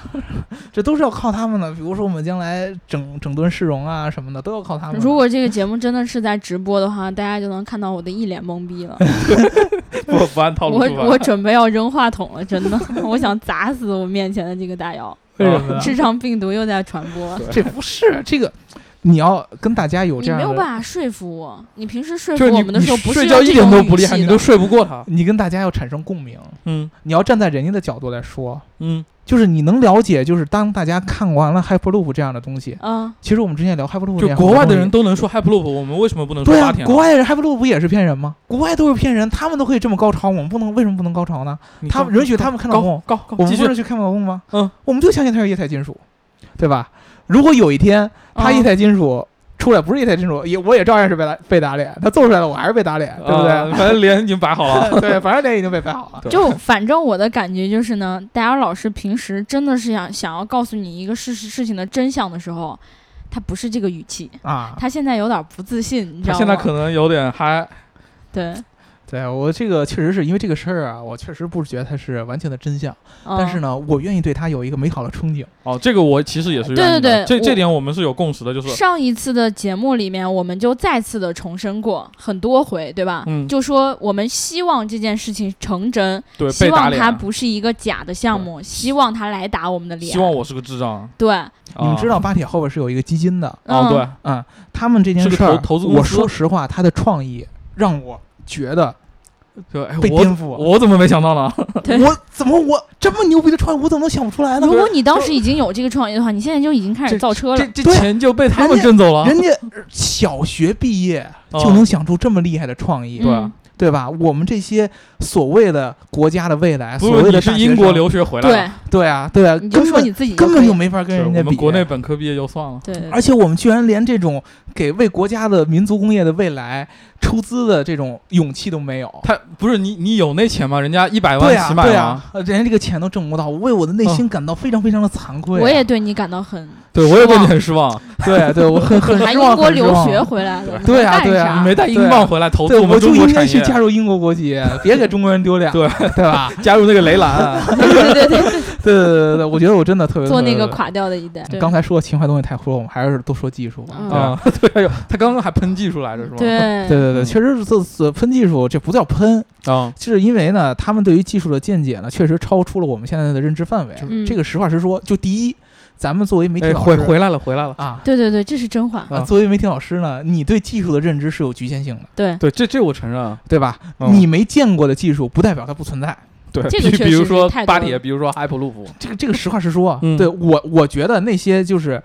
[SPEAKER 2] 这都是要靠他们的。比如说我们将来整整顿市容啊什么的，都要靠他们的。
[SPEAKER 1] 如果这个节目真的是在直播的话，大家就能看到我的一脸懵逼了。
[SPEAKER 3] 不不按套路啊
[SPEAKER 1] 我
[SPEAKER 3] 出
[SPEAKER 1] 我
[SPEAKER 3] 牌。
[SPEAKER 1] 准备要扔话筒了，真的，我想砸死我面前的这个大姚。
[SPEAKER 2] 为什么 呢？
[SPEAKER 1] 智障病毒又在传播，
[SPEAKER 3] 嗯对
[SPEAKER 2] 这不是这个，你要跟大家有
[SPEAKER 1] 你
[SPEAKER 2] 这样
[SPEAKER 1] 没有
[SPEAKER 2] 的，
[SPEAKER 1] 办法说服我。你平时说
[SPEAKER 3] 就
[SPEAKER 1] 服
[SPEAKER 3] 是
[SPEAKER 1] 我
[SPEAKER 3] 你
[SPEAKER 1] 们的
[SPEAKER 3] 你
[SPEAKER 1] 时候，不是
[SPEAKER 3] 睡
[SPEAKER 1] 用
[SPEAKER 3] 觉一
[SPEAKER 1] 这
[SPEAKER 3] 点
[SPEAKER 1] 种
[SPEAKER 3] 都
[SPEAKER 1] 语
[SPEAKER 3] 不厉
[SPEAKER 1] 气
[SPEAKER 3] 害，你
[SPEAKER 1] 的
[SPEAKER 3] 都睡不过他。
[SPEAKER 2] 你跟大家要产生共鸣，
[SPEAKER 3] 嗯
[SPEAKER 2] 你要站在人家的角度来说，
[SPEAKER 3] 嗯，
[SPEAKER 2] 就是你能了解，就是当大家看完了 Hyperloop 这样的东西，
[SPEAKER 1] 嗯，
[SPEAKER 2] 其实我们之前聊 Hyperloop，
[SPEAKER 3] 就
[SPEAKER 2] 这样
[SPEAKER 3] 国外的
[SPEAKER 2] 东西
[SPEAKER 3] 人都能说 Hyperloop，我们为什么不能说
[SPEAKER 2] 对
[SPEAKER 3] 八
[SPEAKER 2] 啊
[SPEAKER 3] 天，呢？
[SPEAKER 2] 国外人 Hyperloop 不也是骗人吗？国外都是骗人，他们都可以这么高潮，我们不能为什么不能高潮呢？
[SPEAKER 3] 你
[SPEAKER 2] 他
[SPEAKER 3] 高
[SPEAKER 2] 们允许他们看到
[SPEAKER 3] 高
[SPEAKER 2] 梦
[SPEAKER 3] 高高
[SPEAKER 2] 我们
[SPEAKER 3] 哦继
[SPEAKER 2] 不
[SPEAKER 3] 续
[SPEAKER 2] 是去看梦吗？
[SPEAKER 3] 嗯，
[SPEAKER 2] 我们就相信它是液态金属，对吧？如果有一天它
[SPEAKER 1] 嗯
[SPEAKER 2] 液态金属出来不是液态金属，也我也照样是被打被打脸，它做出来了我还是被打脸，对不
[SPEAKER 3] 啊
[SPEAKER 2] 对？
[SPEAKER 3] 反正脸已经摆好 了。
[SPEAKER 2] 对，反正脸已经被拍好了。
[SPEAKER 3] 对
[SPEAKER 1] 就反正我的感觉就是呢，戴尔老师平时真的是想想要告诉你一个事实事情的真相的时候，他不是这个语气，
[SPEAKER 2] 啊，
[SPEAKER 1] 他现在有点不自信，你知道
[SPEAKER 3] 他
[SPEAKER 1] 吗？
[SPEAKER 3] 现在可能有点嗨，
[SPEAKER 1] 对，
[SPEAKER 2] 对我这个确实是因为这个事儿啊，我确实不觉得它是完全的真相，
[SPEAKER 3] 嗯
[SPEAKER 2] 但是
[SPEAKER 1] 呢，
[SPEAKER 2] 呢，我愿意对它有一个美好的憧憬。
[SPEAKER 3] 哦，这个我其实也是
[SPEAKER 1] 对
[SPEAKER 3] 愿意的
[SPEAKER 1] 对对
[SPEAKER 3] 这这
[SPEAKER 1] 我
[SPEAKER 3] 点我们是有共识的，就是
[SPEAKER 1] 上一次的节目里面，我们就再次的重申过很多回，对吧？
[SPEAKER 3] 嗯
[SPEAKER 1] 就说我们希望这件事情成真，
[SPEAKER 3] 对被
[SPEAKER 1] 希
[SPEAKER 3] 打
[SPEAKER 1] 望
[SPEAKER 3] 脸
[SPEAKER 1] 它，
[SPEAKER 2] 啊
[SPEAKER 1] 不是一个假的项目，希望它来打我们的脸。
[SPEAKER 3] 希望我是个智障，
[SPEAKER 1] 对，
[SPEAKER 2] 你们
[SPEAKER 3] 啊
[SPEAKER 2] 知道巴铁后边是有一个基金的，
[SPEAKER 1] 嗯
[SPEAKER 3] 哦，对，
[SPEAKER 2] 啊，他们这件
[SPEAKER 3] 是个
[SPEAKER 2] 事儿
[SPEAKER 3] 投投资，公
[SPEAKER 2] 我
[SPEAKER 3] 司
[SPEAKER 2] 说实话，他的创意让我觉得
[SPEAKER 3] 对，哎
[SPEAKER 2] 被
[SPEAKER 3] 我
[SPEAKER 2] 颠覆了。
[SPEAKER 3] 我怎么没想到呢？
[SPEAKER 1] 对
[SPEAKER 2] 我怎么我这么牛逼的创意，我怎么能想不出来呢？
[SPEAKER 1] 如果你当时已经有这个创意的话，你现在就已经开始造车了
[SPEAKER 3] 这。这
[SPEAKER 2] 对
[SPEAKER 3] 钱就被他
[SPEAKER 2] 人
[SPEAKER 3] 们
[SPEAKER 2] 家
[SPEAKER 3] 挣走了，
[SPEAKER 2] 人家小学毕业
[SPEAKER 3] 啊哦
[SPEAKER 2] 就能想出这么厉害的创意，
[SPEAKER 1] 嗯
[SPEAKER 3] 对啊
[SPEAKER 2] 对吧？我们这些所谓的国家的未来，
[SPEAKER 3] 不
[SPEAKER 2] 所
[SPEAKER 3] 是
[SPEAKER 2] 谓
[SPEAKER 3] 你
[SPEAKER 2] 的
[SPEAKER 3] 是
[SPEAKER 2] 大学
[SPEAKER 3] 英国
[SPEAKER 2] 生
[SPEAKER 3] 留学回来
[SPEAKER 1] 嗯对
[SPEAKER 3] 的，，
[SPEAKER 2] 对啊，对啊，
[SPEAKER 1] 你就
[SPEAKER 2] 根
[SPEAKER 1] 说你
[SPEAKER 2] 本
[SPEAKER 1] 自己
[SPEAKER 2] 根本
[SPEAKER 1] 可以
[SPEAKER 2] 就没法跟
[SPEAKER 3] 对
[SPEAKER 2] 人
[SPEAKER 3] 我
[SPEAKER 2] 家
[SPEAKER 3] 们
[SPEAKER 2] 比。哎
[SPEAKER 3] 国内本科毕业就算了，
[SPEAKER 1] 对，
[SPEAKER 2] 而且我们居然连这种给为国家的民族工业的未来出资的这种勇气都没有。
[SPEAKER 3] 他不是你你有那钱吗？人家一百
[SPEAKER 2] 对
[SPEAKER 3] 万
[SPEAKER 2] 呀、
[SPEAKER 3] 起
[SPEAKER 2] 啊，
[SPEAKER 3] 买
[SPEAKER 2] 对呀、
[SPEAKER 3] 吗？嗯
[SPEAKER 2] 啊，呃人家这个钱都挣不到，我为我的内心感到非常非常的惭愧、啊
[SPEAKER 1] 我也，对你感到很啊
[SPEAKER 3] 对我也对你很失望，
[SPEAKER 2] 对 对，我很 很
[SPEAKER 1] 还
[SPEAKER 2] 失
[SPEAKER 1] 英
[SPEAKER 2] 望。
[SPEAKER 1] 国
[SPEAKER 2] 很失
[SPEAKER 1] 留
[SPEAKER 2] 望
[SPEAKER 1] 学回来的，
[SPEAKER 2] 对啊
[SPEAKER 1] 你
[SPEAKER 2] 对啊
[SPEAKER 1] 干啥
[SPEAKER 2] 你
[SPEAKER 3] 没带英镑回来投资
[SPEAKER 2] 对，
[SPEAKER 3] 我们
[SPEAKER 2] 我就
[SPEAKER 3] 中国
[SPEAKER 2] 应该
[SPEAKER 3] 产
[SPEAKER 2] 去
[SPEAKER 3] 业，
[SPEAKER 2] 加入英国国籍，别给中国人丢脸，
[SPEAKER 3] 对
[SPEAKER 2] 对吧？
[SPEAKER 3] 加入那 个雷兰， 啊
[SPEAKER 1] 对对对，
[SPEAKER 2] 对对对对对，我觉得我真的特别
[SPEAKER 1] 做那个
[SPEAKER 2] 特别
[SPEAKER 1] 垮掉的一代，对
[SPEAKER 2] 刚才说的情怀东西太多，我们还是多说技术吧。
[SPEAKER 1] 嗯
[SPEAKER 2] 啊
[SPEAKER 3] 啊， 对，哎呦，他刚刚还喷技术来着是吗？
[SPEAKER 1] 对
[SPEAKER 2] 对对对，确实是这次喷技术，这不叫喷，
[SPEAKER 3] 啊，
[SPEAKER 2] 是因为呢，他们对于技术的见解呢，确实超出了我们现在的认知范围。
[SPEAKER 1] 嗯
[SPEAKER 2] 这个实话实说，就第一，咱们作为媒体
[SPEAKER 3] 哎，
[SPEAKER 2] 老
[SPEAKER 3] 回
[SPEAKER 2] 师、
[SPEAKER 3] 回来了，回来了。
[SPEAKER 2] 啊。
[SPEAKER 1] 对对对，这是真话，
[SPEAKER 2] 啊，
[SPEAKER 3] 啊
[SPEAKER 2] 作为媒体老师呢，你对技术的认知是有局限性的，
[SPEAKER 1] 对，
[SPEAKER 3] 对，这这我承 认啊。
[SPEAKER 2] 对吧？
[SPEAKER 3] 嗯
[SPEAKER 2] 你没见过的技术，不代表它不存在。
[SPEAKER 3] 对，
[SPEAKER 1] 这个
[SPEAKER 3] 比
[SPEAKER 1] 确
[SPEAKER 3] 比
[SPEAKER 1] 实
[SPEAKER 3] 如
[SPEAKER 1] 是
[SPEAKER 3] 说
[SPEAKER 1] 太
[SPEAKER 3] 巴
[SPEAKER 1] 多
[SPEAKER 3] 铁，
[SPEAKER 1] 了
[SPEAKER 3] 比如说埃普路普，
[SPEAKER 2] 这个这个实话实说啊，
[SPEAKER 3] 嗯
[SPEAKER 2] 对我我觉得那些就是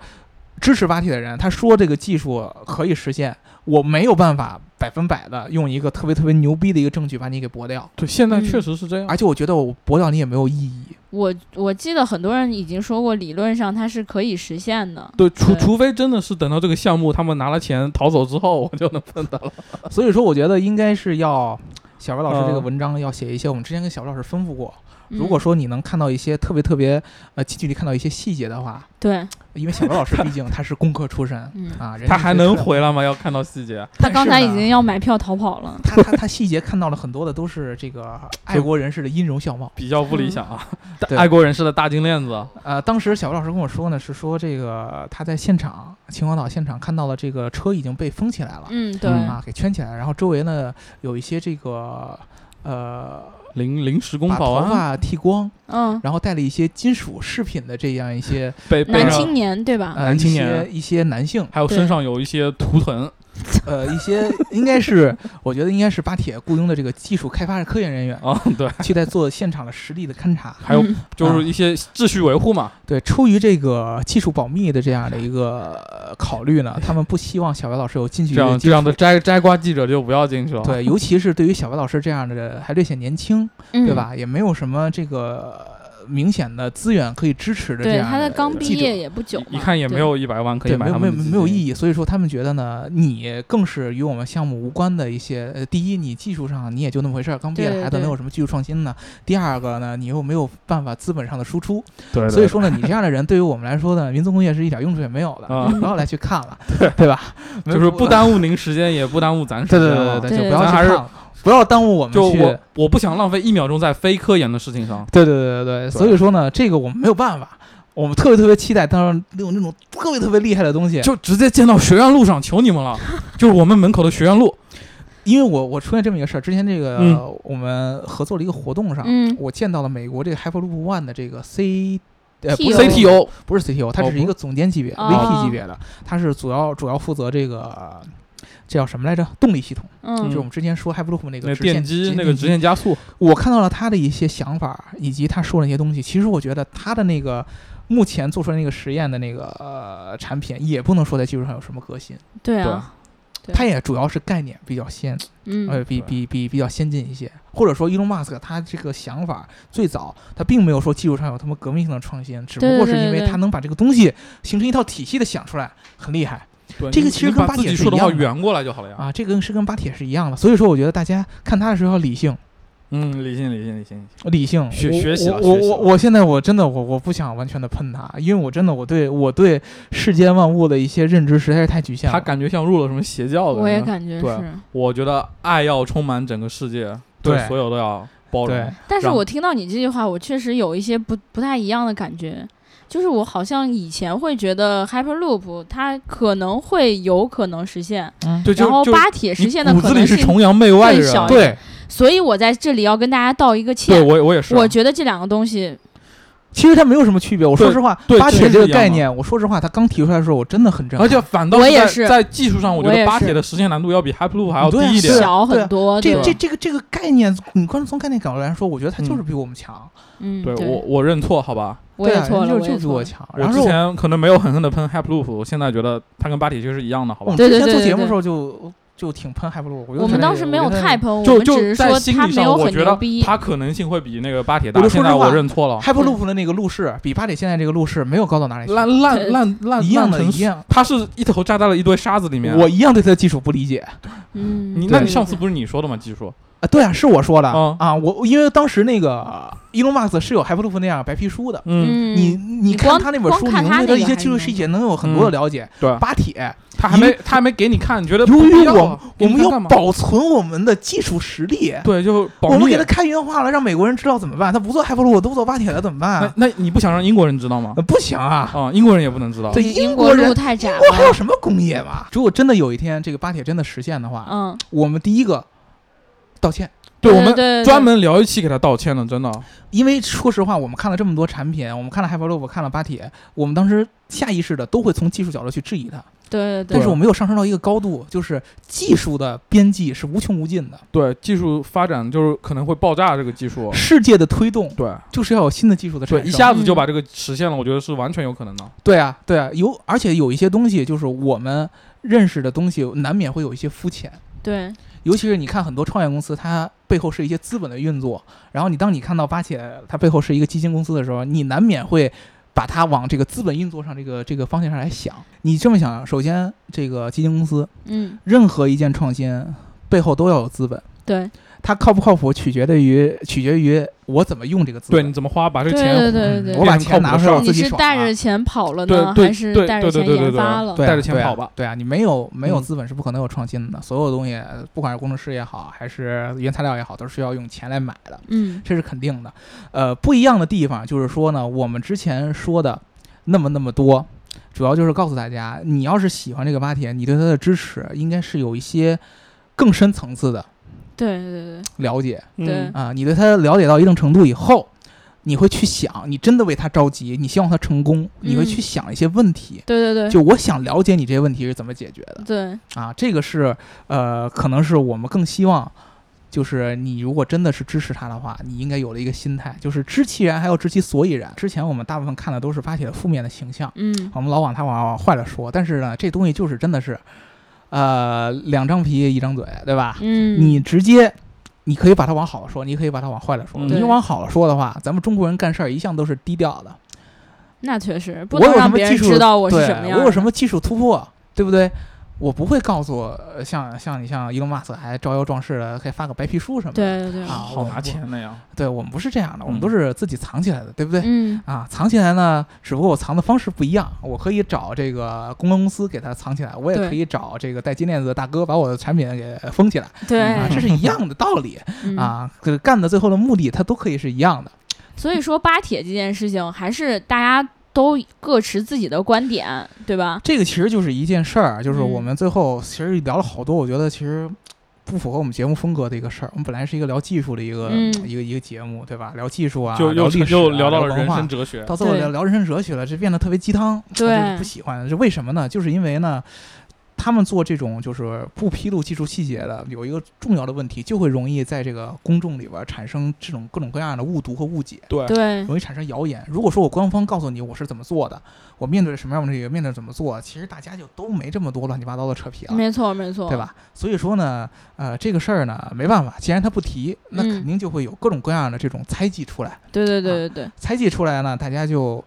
[SPEAKER 2] 支持巴铁的人，他说这个技术可以实现，我没有办法百分百的用一个特别特别牛逼的一个证据把你给驳掉，
[SPEAKER 3] 对，现在
[SPEAKER 1] 嗯
[SPEAKER 3] 确实是这样。
[SPEAKER 2] 而且我觉得我驳掉你也没有意义。
[SPEAKER 1] 我我记得很多人已经说过，理论上它是可以实现的，
[SPEAKER 3] 对，除
[SPEAKER 1] 对
[SPEAKER 3] 除非真的是等到这个项目他们拿了钱逃走之后，我就能碰到了。
[SPEAKER 2] 所以说，我觉得应该是要小白老师
[SPEAKER 3] 嗯
[SPEAKER 2] 这个文章要写一些，我们之前跟小白老师吩咐过，
[SPEAKER 1] 嗯
[SPEAKER 2] 如果说你能看到一些特别特别呃近距离看到一些细节的话，
[SPEAKER 1] 对，
[SPEAKER 2] 因为小白老师毕竟他是工科出身
[SPEAKER 1] 嗯
[SPEAKER 2] 啊，人家
[SPEAKER 3] 他
[SPEAKER 2] 是
[SPEAKER 3] 还
[SPEAKER 2] 出
[SPEAKER 3] 能
[SPEAKER 2] 来
[SPEAKER 3] 回来吗？要看到细节。
[SPEAKER 1] 他刚才
[SPEAKER 2] 但是
[SPEAKER 1] 已
[SPEAKER 2] 呢
[SPEAKER 1] 经要买票逃跑了，
[SPEAKER 2] 他他他细节看到了很多的都是这个爱国人士的音容笑貌。
[SPEAKER 3] 比较不理想啊，
[SPEAKER 2] 嗯对
[SPEAKER 3] 爱国人士的大金链子，
[SPEAKER 2] 呃，当时小吴老师跟我说呢，是说这个他在现场秦皇岛现场看到了这个车已经被封起来了，
[SPEAKER 1] 嗯，对，
[SPEAKER 3] 嗯
[SPEAKER 2] 啊，给圈起来了，然后周围呢有一些这个呃
[SPEAKER 3] 临临时工
[SPEAKER 2] 把
[SPEAKER 3] 保
[SPEAKER 2] 头
[SPEAKER 3] 安
[SPEAKER 2] 发剃光，
[SPEAKER 1] 嗯，
[SPEAKER 2] 然后带了一些金属饰品的这样一些
[SPEAKER 3] 被被
[SPEAKER 1] 男
[SPEAKER 3] 让，
[SPEAKER 1] 青年对吧？
[SPEAKER 2] 呃
[SPEAKER 3] 男
[SPEAKER 2] 一
[SPEAKER 3] 青年
[SPEAKER 2] 些一些男性，
[SPEAKER 3] 还有
[SPEAKER 1] 对
[SPEAKER 3] 身上有一些图腾，
[SPEAKER 2] 呃一些应该是我觉得应该是巴铁雇佣的这个技术开发科研人员
[SPEAKER 3] 啊，对，
[SPEAKER 2] 去在做现场的实地的勘察。
[SPEAKER 3] 还有
[SPEAKER 1] 嗯
[SPEAKER 3] 就是一些秩序维护嘛，
[SPEAKER 2] 对，出于这个技术保密的这样的一个呃考虑呢，他们不希望小白老师有近距离
[SPEAKER 3] 哎这
[SPEAKER 2] 的
[SPEAKER 3] 样
[SPEAKER 2] 接
[SPEAKER 3] 这样的摘摘瓜记者就不要进去 了。
[SPEAKER 2] 对，尤其是对于小白老师这样的还略显年轻，
[SPEAKER 1] 嗯
[SPEAKER 2] 对？吧？也没有什么这个呃明显的资源可以支持的这
[SPEAKER 1] 对，
[SPEAKER 2] 样
[SPEAKER 1] 他
[SPEAKER 2] 的
[SPEAKER 1] 在刚
[SPEAKER 2] 记
[SPEAKER 1] 毕
[SPEAKER 2] 者
[SPEAKER 1] 业。也不久嘛，
[SPEAKER 3] 一一看也
[SPEAKER 1] 对
[SPEAKER 3] 没有一百万可以
[SPEAKER 2] 对，没
[SPEAKER 3] 买
[SPEAKER 2] 有
[SPEAKER 3] 他
[SPEAKER 2] 没有
[SPEAKER 3] 们的基金
[SPEAKER 2] 没有意义，所以说他们觉得呢，你更是与我们项目无关的一些。呃，第一，你技术上你也就那么回事儿，刚毕业
[SPEAKER 1] 对
[SPEAKER 2] 的孩子
[SPEAKER 1] 对
[SPEAKER 2] 能有什么技术创新呢？第二个呢，你又没有办法资本上的输出，
[SPEAKER 3] 对，对
[SPEAKER 2] 所以说 呢，你这样的人对于我们来说呢，民族工业是一点用处也没有的，
[SPEAKER 1] 嗯
[SPEAKER 3] 啊，
[SPEAKER 2] 不要来去看了，对吧？没
[SPEAKER 3] 就是
[SPEAKER 2] 有
[SPEAKER 3] 不耽误您时间，也不耽误咱时
[SPEAKER 2] 对
[SPEAKER 3] 间
[SPEAKER 2] 对
[SPEAKER 3] 了。
[SPEAKER 2] 对
[SPEAKER 1] 对
[SPEAKER 2] 对就不
[SPEAKER 1] 对
[SPEAKER 2] 要去
[SPEAKER 3] 还
[SPEAKER 2] 看
[SPEAKER 3] 是
[SPEAKER 2] 了，不要耽误我们
[SPEAKER 3] 就
[SPEAKER 2] 去
[SPEAKER 3] 我我不想浪费一秒钟在非科研的事情上。
[SPEAKER 2] 对对对对对，所以说呢，这个我们没有办法，我们特别特别期待，当然有那种特别特别厉害的东西。
[SPEAKER 3] 就直接见到学院路上，求你们了！ 就是我们门口的学院路，
[SPEAKER 2] 因为我我出现这么一个事儿，之前这个、
[SPEAKER 3] 嗯
[SPEAKER 2] 我们合作了一个活动上，
[SPEAKER 1] 嗯
[SPEAKER 2] 我见到了美国这个 Hyperloop One 的这个 C。
[SPEAKER 1] TO
[SPEAKER 2] 呃，不是
[SPEAKER 3] CTO
[SPEAKER 2] 不是 CTO，它
[SPEAKER 3] 哦
[SPEAKER 2] 只是一
[SPEAKER 3] 不
[SPEAKER 2] 个总监级别、
[SPEAKER 1] 哦
[SPEAKER 2] VP 级别的，它是主要主要负责这个呃这叫什么来着？动力系统，就
[SPEAKER 1] 嗯
[SPEAKER 2] 是我们之前说 Hyperloop 那个
[SPEAKER 3] 那
[SPEAKER 2] 直线
[SPEAKER 3] 电机
[SPEAKER 2] 线
[SPEAKER 3] 那个
[SPEAKER 2] 电
[SPEAKER 3] 直线加速，
[SPEAKER 2] 我看到了他的一些想法，以及他说的一些东西。其实我觉得他的那个目前做出来那个实验的那个呃产品，也不能说在技术上有什么革新，
[SPEAKER 1] 对
[SPEAKER 3] 对
[SPEAKER 1] 啊，对
[SPEAKER 2] 它也主要是概念比较先，
[SPEAKER 1] 嗯
[SPEAKER 2] 呃，比
[SPEAKER 3] 对
[SPEAKER 2] 比比比较先进一些。或者说，伊隆马斯克他这个想法最早，他并没有说技术上有他们革命性的创新，只不
[SPEAKER 1] 对对
[SPEAKER 2] 过是
[SPEAKER 1] 对
[SPEAKER 2] 因为
[SPEAKER 1] 对
[SPEAKER 2] 他能把这个东西形成一套体系的想出来，很厉害
[SPEAKER 3] 对
[SPEAKER 2] 这个
[SPEAKER 3] 你
[SPEAKER 2] 其实
[SPEAKER 3] 你
[SPEAKER 2] 跟
[SPEAKER 3] 把
[SPEAKER 2] 巴
[SPEAKER 3] 自
[SPEAKER 2] 铁
[SPEAKER 3] 己
[SPEAKER 2] 是
[SPEAKER 3] 说的
[SPEAKER 2] 一
[SPEAKER 3] 话
[SPEAKER 2] 样的
[SPEAKER 3] 圆过来就好了呀。
[SPEAKER 2] 啊。这个是跟巴铁是一样的，所以说我觉得大家看他的时候要理性。
[SPEAKER 3] 嗯，理性理性理性，
[SPEAKER 2] 理性
[SPEAKER 3] 学
[SPEAKER 2] 我
[SPEAKER 3] 学习了
[SPEAKER 2] 我
[SPEAKER 3] 学习
[SPEAKER 2] 我
[SPEAKER 3] 了
[SPEAKER 2] 我现在我真的我我不想完全的喷他，因为我真的我对我对世间万物的一些认知实在是太局限
[SPEAKER 3] 他
[SPEAKER 2] 了。
[SPEAKER 3] 感觉像入了什么邪教的。
[SPEAKER 1] 我也，感觉
[SPEAKER 3] 对啊
[SPEAKER 1] 是，
[SPEAKER 3] 我觉得爱要充满整个世界，对
[SPEAKER 2] 对
[SPEAKER 3] 所有都要包
[SPEAKER 2] 对
[SPEAKER 3] 容。
[SPEAKER 1] 但是
[SPEAKER 3] 让
[SPEAKER 1] 我听到你这句话，我确实有一些不不太一样的感觉，就是我好像以前会觉得 Hyperloop 它可能会有可能实现，
[SPEAKER 2] 嗯，
[SPEAKER 3] 对，就
[SPEAKER 1] 然后
[SPEAKER 3] 就
[SPEAKER 1] 巴铁实现的
[SPEAKER 3] 你骨
[SPEAKER 1] 可
[SPEAKER 3] 子
[SPEAKER 1] 能
[SPEAKER 3] 里是
[SPEAKER 1] 性，
[SPEAKER 3] 崇洋媚外的
[SPEAKER 1] 更小
[SPEAKER 3] 人。
[SPEAKER 1] 一点
[SPEAKER 2] 对，
[SPEAKER 1] 所以我在这里要跟大家道一个
[SPEAKER 3] 对
[SPEAKER 1] 歉。
[SPEAKER 3] 我也我也是啊。
[SPEAKER 1] 我觉得这两个东西，
[SPEAKER 2] 其实它没有什么区别。我说
[SPEAKER 3] 对
[SPEAKER 2] 实话，
[SPEAKER 3] 对
[SPEAKER 2] 巴
[SPEAKER 3] 其
[SPEAKER 2] 铁
[SPEAKER 3] 实
[SPEAKER 2] 这个
[SPEAKER 3] 是一样
[SPEAKER 2] 概
[SPEAKER 3] 的
[SPEAKER 2] 念，我说实话，他刚提出来的时候，我真的很震
[SPEAKER 3] 而
[SPEAKER 2] 撼。
[SPEAKER 3] 且反倒
[SPEAKER 1] 我也
[SPEAKER 3] 在
[SPEAKER 1] 是
[SPEAKER 3] 在技术上，我觉
[SPEAKER 1] 我也
[SPEAKER 3] 得巴
[SPEAKER 1] 是
[SPEAKER 3] 铁的实现难度要比 Hyperloop 还要低
[SPEAKER 2] 对啊
[SPEAKER 3] 一
[SPEAKER 2] 是
[SPEAKER 3] 点。
[SPEAKER 1] 小
[SPEAKER 2] 对啊
[SPEAKER 1] 很多，
[SPEAKER 2] 这
[SPEAKER 1] 吧？
[SPEAKER 2] 这这个这个概念，你光从概念角度来说，我觉得他就是比我们强。
[SPEAKER 1] 嗯，
[SPEAKER 3] 对我我认错，好吧。
[SPEAKER 1] 我
[SPEAKER 2] 对
[SPEAKER 1] 也
[SPEAKER 2] 啊
[SPEAKER 1] 错了，
[SPEAKER 2] 人
[SPEAKER 1] 我
[SPEAKER 2] 家就
[SPEAKER 1] 也
[SPEAKER 2] 就比我
[SPEAKER 1] 错了。
[SPEAKER 2] 强。
[SPEAKER 3] 我
[SPEAKER 2] 然
[SPEAKER 3] 之
[SPEAKER 2] 后
[SPEAKER 3] 前可能没有狠狠的喷 Hyperloop，我现在觉得它跟巴铁就是一样的，好
[SPEAKER 2] 我们？
[SPEAKER 3] 吧
[SPEAKER 1] 对
[SPEAKER 2] 之
[SPEAKER 1] 对
[SPEAKER 2] 前
[SPEAKER 1] 对
[SPEAKER 2] 做
[SPEAKER 1] 对
[SPEAKER 2] 节目
[SPEAKER 1] 对
[SPEAKER 2] 的时候就就挺喷海波路，我就
[SPEAKER 1] 我们
[SPEAKER 2] 觉得
[SPEAKER 1] 当时没有
[SPEAKER 2] 我觉得
[SPEAKER 1] 太喷，我
[SPEAKER 3] 就
[SPEAKER 1] 们只
[SPEAKER 3] 就是在
[SPEAKER 1] 说
[SPEAKER 3] 心
[SPEAKER 1] 它
[SPEAKER 3] 理
[SPEAKER 1] 没
[SPEAKER 3] 上，
[SPEAKER 1] 有
[SPEAKER 3] 我
[SPEAKER 1] 很
[SPEAKER 3] 觉
[SPEAKER 1] 牛
[SPEAKER 3] 得
[SPEAKER 1] 逼。
[SPEAKER 3] 它可能性会比那个巴铁
[SPEAKER 2] 我
[SPEAKER 3] 大。
[SPEAKER 2] 就说
[SPEAKER 3] 现在
[SPEAKER 2] 实话
[SPEAKER 3] 我认错了，
[SPEAKER 2] Hyperloop 的那个路试比巴铁现在这个路试没有高到哪里去，
[SPEAKER 3] 烂烂烂烂
[SPEAKER 2] 哎一样
[SPEAKER 3] 烂
[SPEAKER 2] 的，
[SPEAKER 3] 成
[SPEAKER 2] 一样。
[SPEAKER 3] 他是一头扎在了一堆沙子里面。
[SPEAKER 2] 我一样对他的技术不理解。
[SPEAKER 1] 嗯，
[SPEAKER 3] 你那
[SPEAKER 1] 对
[SPEAKER 3] 你上次不是你说的吗？技术
[SPEAKER 2] 啊，对啊，是我说的、
[SPEAKER 3] 嗯
[SPEAKER 2] 啊，我因为当时那个伊隆马斯是有海普洛夫那样白皮书的，
[SPEAKER 3] 嗯，
[SPEAKER 1] 嗯，
[SPEAKER 2] 你你
[SPEAKER 1] 你光
[SPEAKER 2] 看他那本
[SPEAKER 1] 光
[SPEAKER 2] 书，你
[SPEAKER 1] 看
[SPEAKER 2] 能
[SPEAKER 1] 他
[SPEAKER 2] 对
[SPEAKER 1] 那
[SPEAKER 2] 一
[SPEAKER 1] 个
[SPEAKER 2] 些
[SPEAKER 1] 还
[SPEAKER 2] 技术
[SPEAKER 1] 能
[SPEAKER 2] 细节能有很多的
[SPEAKER 3] 嗯
[SPEAKER 2] 了解。
[SPEAKER 3] 对，
[SPEAKER 2] 巴铁，
[SPEAKER 3] 他还没他还没给你看，你觉
[SPEAKER 2] 由
[SPEAKER 3] 得不必
[SPEAKER 2] 于
[SPEAKER 3] 要
[SPEAKER 2] 我
[SPEAKER 3] 啊
[SPEAKER 2] 我
[SPEAKER 3] 你
[SPEAKER 2] 们
[SPEAKER 3] 看
[SPEAKER 2] 要
[SPEAKER 3] 干嘛
[SPEAKER 2] 保存我们的技术实力，
[SPEAKER 3] 对，就保密。
[SPEAKER 2] 我们给他开源化了，让美国人知道怎么办？他不做海普洛，都做巴铁了，怎么办、
[SPEAKER 3] 那
[SPEAKER 2] 啊？
[SPEAKER 3] 那你不想让英国人知道吗？
[SPEAKER 2] 呃不行啊！
[SPEAKER 3] 啊，英国人也不能知道。
[SPEAKER 2] 对
[SPEAKER 1] 英
[SPEAKER 2] 英
[SPEAKER 1] 国
[SPEAKER 2] 国
[SPEAKER 1] 路
[SPEAKER 2] 人，
[SPEAKER 1] 太窄
[SPEAKER 2] 英国还有
[SPEAKER 1] 了，
[SPEAKER 2] 什么工业嘛？如果真的有一天这个巴铁真的实现的话，
[SPEAKER 1] 嗯，
[SPEAKER 2] 我们第一个道歉，
[SPEAKER 3] 对，我
[SPEAKER 1] 对
[SPEAKER 3] 们
[SPEAKER 1] 对对嗯
[SPEAKER 3] 专门聊一期给他道歉了，真的。
[SPEAKER 2] 因为说实话，我们看了这么多产品，我们看了海普洛，看了巴铁，我们当时下意识的都会从技术角度去质疑它，
[SPEAKER 1] 对对对
[SPEAKER 2] 但，是我没有上升到一个高度，就是技术的边际是无穷无尽的，
[SPEAKER 3] 对，技术发展就是可能会爆炸，这个技术。
[SPEAKER 2] 世界的推动
[SPEAKER 3] 对
[SPEAKER 2] 就是要有新的技术的产
[SPEAKER 3] 对，
[SPEAKER 2] 生，
[SPEAKER 3] 一下
[SPEAKER 1] 嗯
[SPEAKER 3] 子就把这个实现了，我觉得是完全有可能的。
[SPEAKER 2] 对啊，对啊，有，而且有一些东西就是我们认识的东西，难免会有一些肤浅。
[SPEAKER 1] 对，
[SPEAKER 2] 尤其是你看很多创业公司，它背后是一些资本的运作，然后你当你看到巴铁它背后是一个基金公司的时候，你难免会把它往这个资本运作上这个这个方向上来想。你这么想，首先这个基金公司
[SPEAKER 1] 嗯，
[SPEAKER 2] 任何一件创新背后都要有资本，
[SPEAKER 1] 对，
[SPEAKER 2] 它靠不靠谱取决于取决于我怎么用这个资
[SPEAKER 3] 对，
[SPEAKER 2] 本。
[SPEAKER 3] 你怎么花，把这
[SPEAKER 1] 对
[SPEAKER 3] 个
[SPEAKER 1] 对
[SPEAKER 3] 钱
[SPEAKER 1] 对
[SPEAKER 2] 嗯
[SPEAKER 1] 对
[SPEAKER 2] 我把
[SPEAKER 3] 变成靠
[SPEAKER 2] 钱
[SPEAKER 3] 谱
[SPEAKER 2] 拿
[SPEAKER 3] 的
[SPEAKER 2] 出
[SPEAKER 3] 事
[SPEAKER 2] 来，
[SPEAKER 3] 儿
[SPEAKER 2] 我
[SPEAKER 1] 你
[SPEAKER 2] 自己
[SPEAKER 1] 是
[SPEAKER 2] 爽、啊。
[SPEAKER 1] 带着钱跑了
[SPEAKER 3] 对
[SPEAKER 1] 呢，
[SPEAKER 3] 对
[SPEAKER 1] 还是
[SPEAKER 3] 对
[SPEAKER 1] 带着
[SPEAKER 3] 对
[SPEAKER 1] 钱
[SPEAKER 3] 对对
[SPEAKER 1] 研
[SPEAKER 3] 对
[SPEAKER 1] 发了？
[SPEAKER 2] 对啊
[SPEAKER 3] 带着钱
[SPEAKER 2] 对啊
[SPEAKER 3] 跑吧
[SPEAKER 2] 对啊，你没有没有
[SPEAKER 3] 嗯
[SPEAKER 2] 资本是不可能有创新的。所有东西，不管是工程师也好，还是原材料也好，都是要用钱来买的，
[SPEAKER 1] 嗯，
[SPEAKER 2] 这是肯定的。呃，不一样的地方就是说呢，我们之前说的那么那么多，主要就是告诉大家，你要是喜欢这个巴铁，你对它的支持应该是有一些更深层次的
[SPEAKER 1] 对对对
[SPEAKER 2] 了解
[SPEAKER 3] 嗯
[SPEAKER 1] 对
[SPEAKER 2] 啊、你对它了解到一定程度以后。你会去想，你真的为它着急，你希望它成功，你会
[SPEAKER 1] 嗯
[SPEAKER 2] 去想一些问题。
[SPEAKER 1] 对对对
[SPEAKER 2] 就我想了解你这些问题是怎么解决的，
[SPEAKER 1] 对，
[SPEAKER 2] 啊，这个是呃，可能是我们更希望，就是你如果真的是支持他的话，你应该有了一个心态，就是知其然还要知其所以然。之前我们大部分看的都是巴铁的负面的形象，
[SPEAKER 1] 嗯，
[SPEAKER 2] 我们老往他往往坏了说，但是呢，这东西就是真的是，呃，两张皮一张嘴，对吧？
[SPEAKER 1] 嗯，
[SPEAKER 2] 你直接。你可以把它往好了说，你也可以把它往坏了说。
[SPEAKER 3] 嗯
[SPEAKER 2] 你
[SPEAKER 1] 对
[SPEAKER 2] 往好了说的话，咱们中国人干事儿一向都是低调的，
[SPEAKER 1] 那确实不
[SPEAKER 2] 我
[SPEAKER 1] 能
[SPEAKER 2] 有什
[SPEAKER 1] 让
[SPEAKER 2] 么
[SPEAKER 1] 别人
[SPEAKER 2] 技术
[SPEAKER 1] 知道我是
[SPEAKER 2] 对，
[SPEAKER 1] 什么样，
[SPEAKER 2] 我有什，么技术突破，对不对？我不会告诉呃像像你像伊隆马斯克还招摇撞势的，可以发个白皮书什么的。
[SPEAKER 1] 对对对，
[SPEAKER 2] 啊
[SPEAKER 3] 好拿钱的呀。
[SPEAKER 2] 对，我们不是这样的，我们
[SPEAKER 3] 嗯
[SPEAKER 2] 都是自己藏起来的，对不对？
[SPEAKER 1] 嗯，
[SPEAKER 2] 啊，藏起来呢，只不过我藏的方式不一样，我可以找这个公关公司给它藏起来，我也
[SPEAKER 1] 对
[SPEAKER 2] 可以找这个戴金链子的大哥把我的产品给封起来
[SPEAKER 1] 对
[SPEAKER 2] 啊，这是一样的道理、
[SPEAKER 1] 哎嗯
[SPEAKER 2] 啊，可是干的最后的目的它都可以是一样的。
[SPEAKER 1] 所以说巴铁这件事情，还是大家都各持自己的观点，对吧？
[SPEAKER 2] 这个其实就是一件事儿，啊就是
[SPEAKER 1] 嗯
[SPEAKER 2] 我们最后其实聊了好多，我觉得其实不符合我们节目风格的一个事儿。我们本来是一个聊技术的一个、
[SPEAKER 1] 嗯
[SPEAKER 2] 一个一个节目，对吧？聊技术啊，
[SPEAKER 3] 就
[SPEAKER 2] 聊
[SPEAKER 3] 又
[SPEAKER 2] 历史、啊，
[SPEAKER 3] 又聊到了
[SPEAKER 2] 文
[SPEAKER 3] 人
[SPEAKER 2] 化
[SPEAKER 3] 生哲学，
[SPEAKER 2] 到最后
[SPEAKER 1] 对
[SPEAKER 2] 聊聊人生哲学了，这变得特别鸡汤，我
[SPEAKER 1] 对
[SPEAKER 2] 就是不喜欢。这为什么呢？就是因为呢，他们做这种就是不披露技术细节的，有一个重要的问题，就会容易在这个公众里边儿产生这种各种各样的误读和误解。
[SPEAKER 3] 对
[SPEAKER 1] 对，
[SPEAKER 2] 容易产生谣言。如果说我官方告诉你我是怎么做的，我面对什么样的这个面对怎么做，其实大家就都没这么多乱七八糟的扯皮了，
[SPEAKER 1] 没错没错，
[SPEAKER 2] 啊对？吧？所以说呢，呃，这个事儿呢，没办法，既然他不提，那
[SPEAKER 1] 嗯
[SPEAKER 2] 肯定就会有各种各样的这种猜忌出来。
[SPEAKER 1] 对对对对对，
[SPEAKER 2] 猜忌出来呢，大家就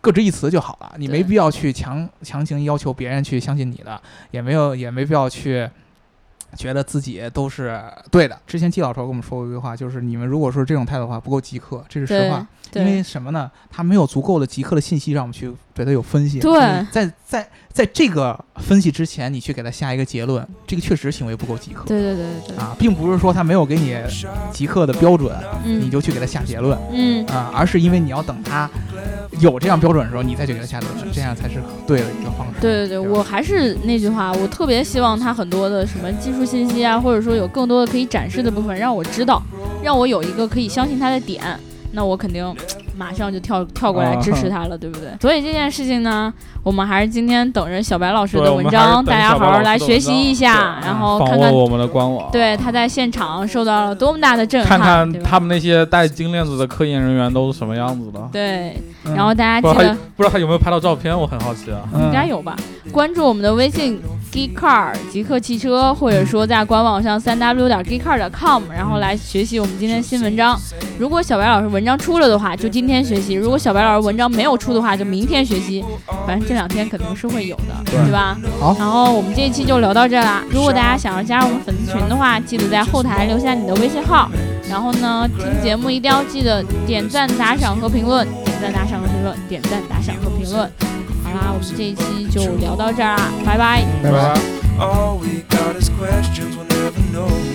[SPEAKER 2] 各执一词就好了，你
[SPEAKER 1] 对
[SPEAKER 2] 没必要去强强行要求别人去相信你的，也没有也没必要去。觉得自己都是对的。之前季老头跟我们说过一句话，就是你们如果说这种态度的话，不够极客，这是实
[SPEAKER 1] 对
[SPEAKER 2] 话。因为
[SPEAKER 1] 对
[SPEAKER 2] 什么呢？他没有足够的极客的信息让我们去对他有分析。
[SPEAKER 1] 对
[SPEAKER 2] 嗯在在在这个分析之前，你去给他下一个结论，这个确实行为不够极客
[SPEAKER 1] 对对对对对，
[SPEAKER 2] 啊，并不是说他没有给你极客的标准，
[SPEAKER 1] 嗯，
[SPEAKER 2] 啊你就去给他下结论
[SPEAKER 1] 嗯
[SPEAKER 2] 啊，而是因为你要等他有这样标准的时候，你再去给他下结论，这样才是对的一个方式。
[SPEAKER 1] 对对对，
[SPEAKER 2] 对吧
[SPEAKER 1] 我还是那句话，我特别希望他很多的什么技术信息啊，或者说有更多的可以展示的部分，让我知道，让我有一个可以相信他的点，那我肯定马上就跳跳过来
[SPEAKER 3] 啊
[SPEAKER 1] 支持他了，对不对？所以这件事情呢，我们还是今天等着小白老师
[SPEAKER 3] 对
[SPEAKER 1] 的
[SPEAKER 3] 我
[SPEAKER 1] 文
[SPEAKER 3] 们还
[SPEAKER 1] 章，
[SPEAKER 3] 是等
[SPEAKER 1] 大家
[SPEAKER 3] 小白
[SPEAKER 1] 好好
[SPEAKER 3] 老师
[SPEAKER 1] 来
[SPEAKER 3] 的
[SPEAKER 1] 学
[SPEAKER 3] 文
[SPEAKER 1] 习
[SPEAKER 3] 章
[SPEAKER 1] 一下，
[SPEAKER 2] 对
[SPEAKER 1] 然后
[SPEAKER 3] 访
[SPEAKER 1] 看
[SPEAKER 3] 问
[SPEAKER 1] 看
[SPEAKER 3] 我们的官网，
[SPEAKER 1] 对他在现场受到了多么大的震撼，
[SPEAKER 3] 看看
[SPEAKER 1] 对吧
[SPEAKER 3] 他们那些戴金链子的科研人员都是什么样子的。
[SPEAKER 1] 对，
[SPEAKER 2] 嗯
[SPEAKER 1] 然后大家
[SPEAKER 3] 不知
[SPEAKER 1] 记
[SPEAKER 3] 道
[SPEAKER 1] 得
[SPEAKER 3] 他。不知道他有没有拍到照片，我很好奇啊。
[SPEAKER 1] 应该有吧？关注我们的微信 Geek Car 极客汽车，或者说在官网上三 w 点 geekcar 点 com，然后来学习我们今天的新文章。如果小白老师文章出了的话，就今天学习；如果小白老师文章没有出的话，就明天学习。反正这两天肯定是会有的，
[SPEAKER 2] 对
[SPEAKER 1] 对吧？
[SPEAKER 2] 好
[SPEAKER 1] 然后我们这一期就聊到这儿啦。如果大家想要加入我们粉丝群的话，记得在后台留下你的微信号。然后呢，听节目一定要记得点赞、打赏和评论，点赞、打赏和评论，点赞、打赏和评论。好啦，我们这一期就聊到这儿啦，拜拜。
[SPEAKER 2] 拜拜。
[SPEAKER 4] All we got is questions we'll never know.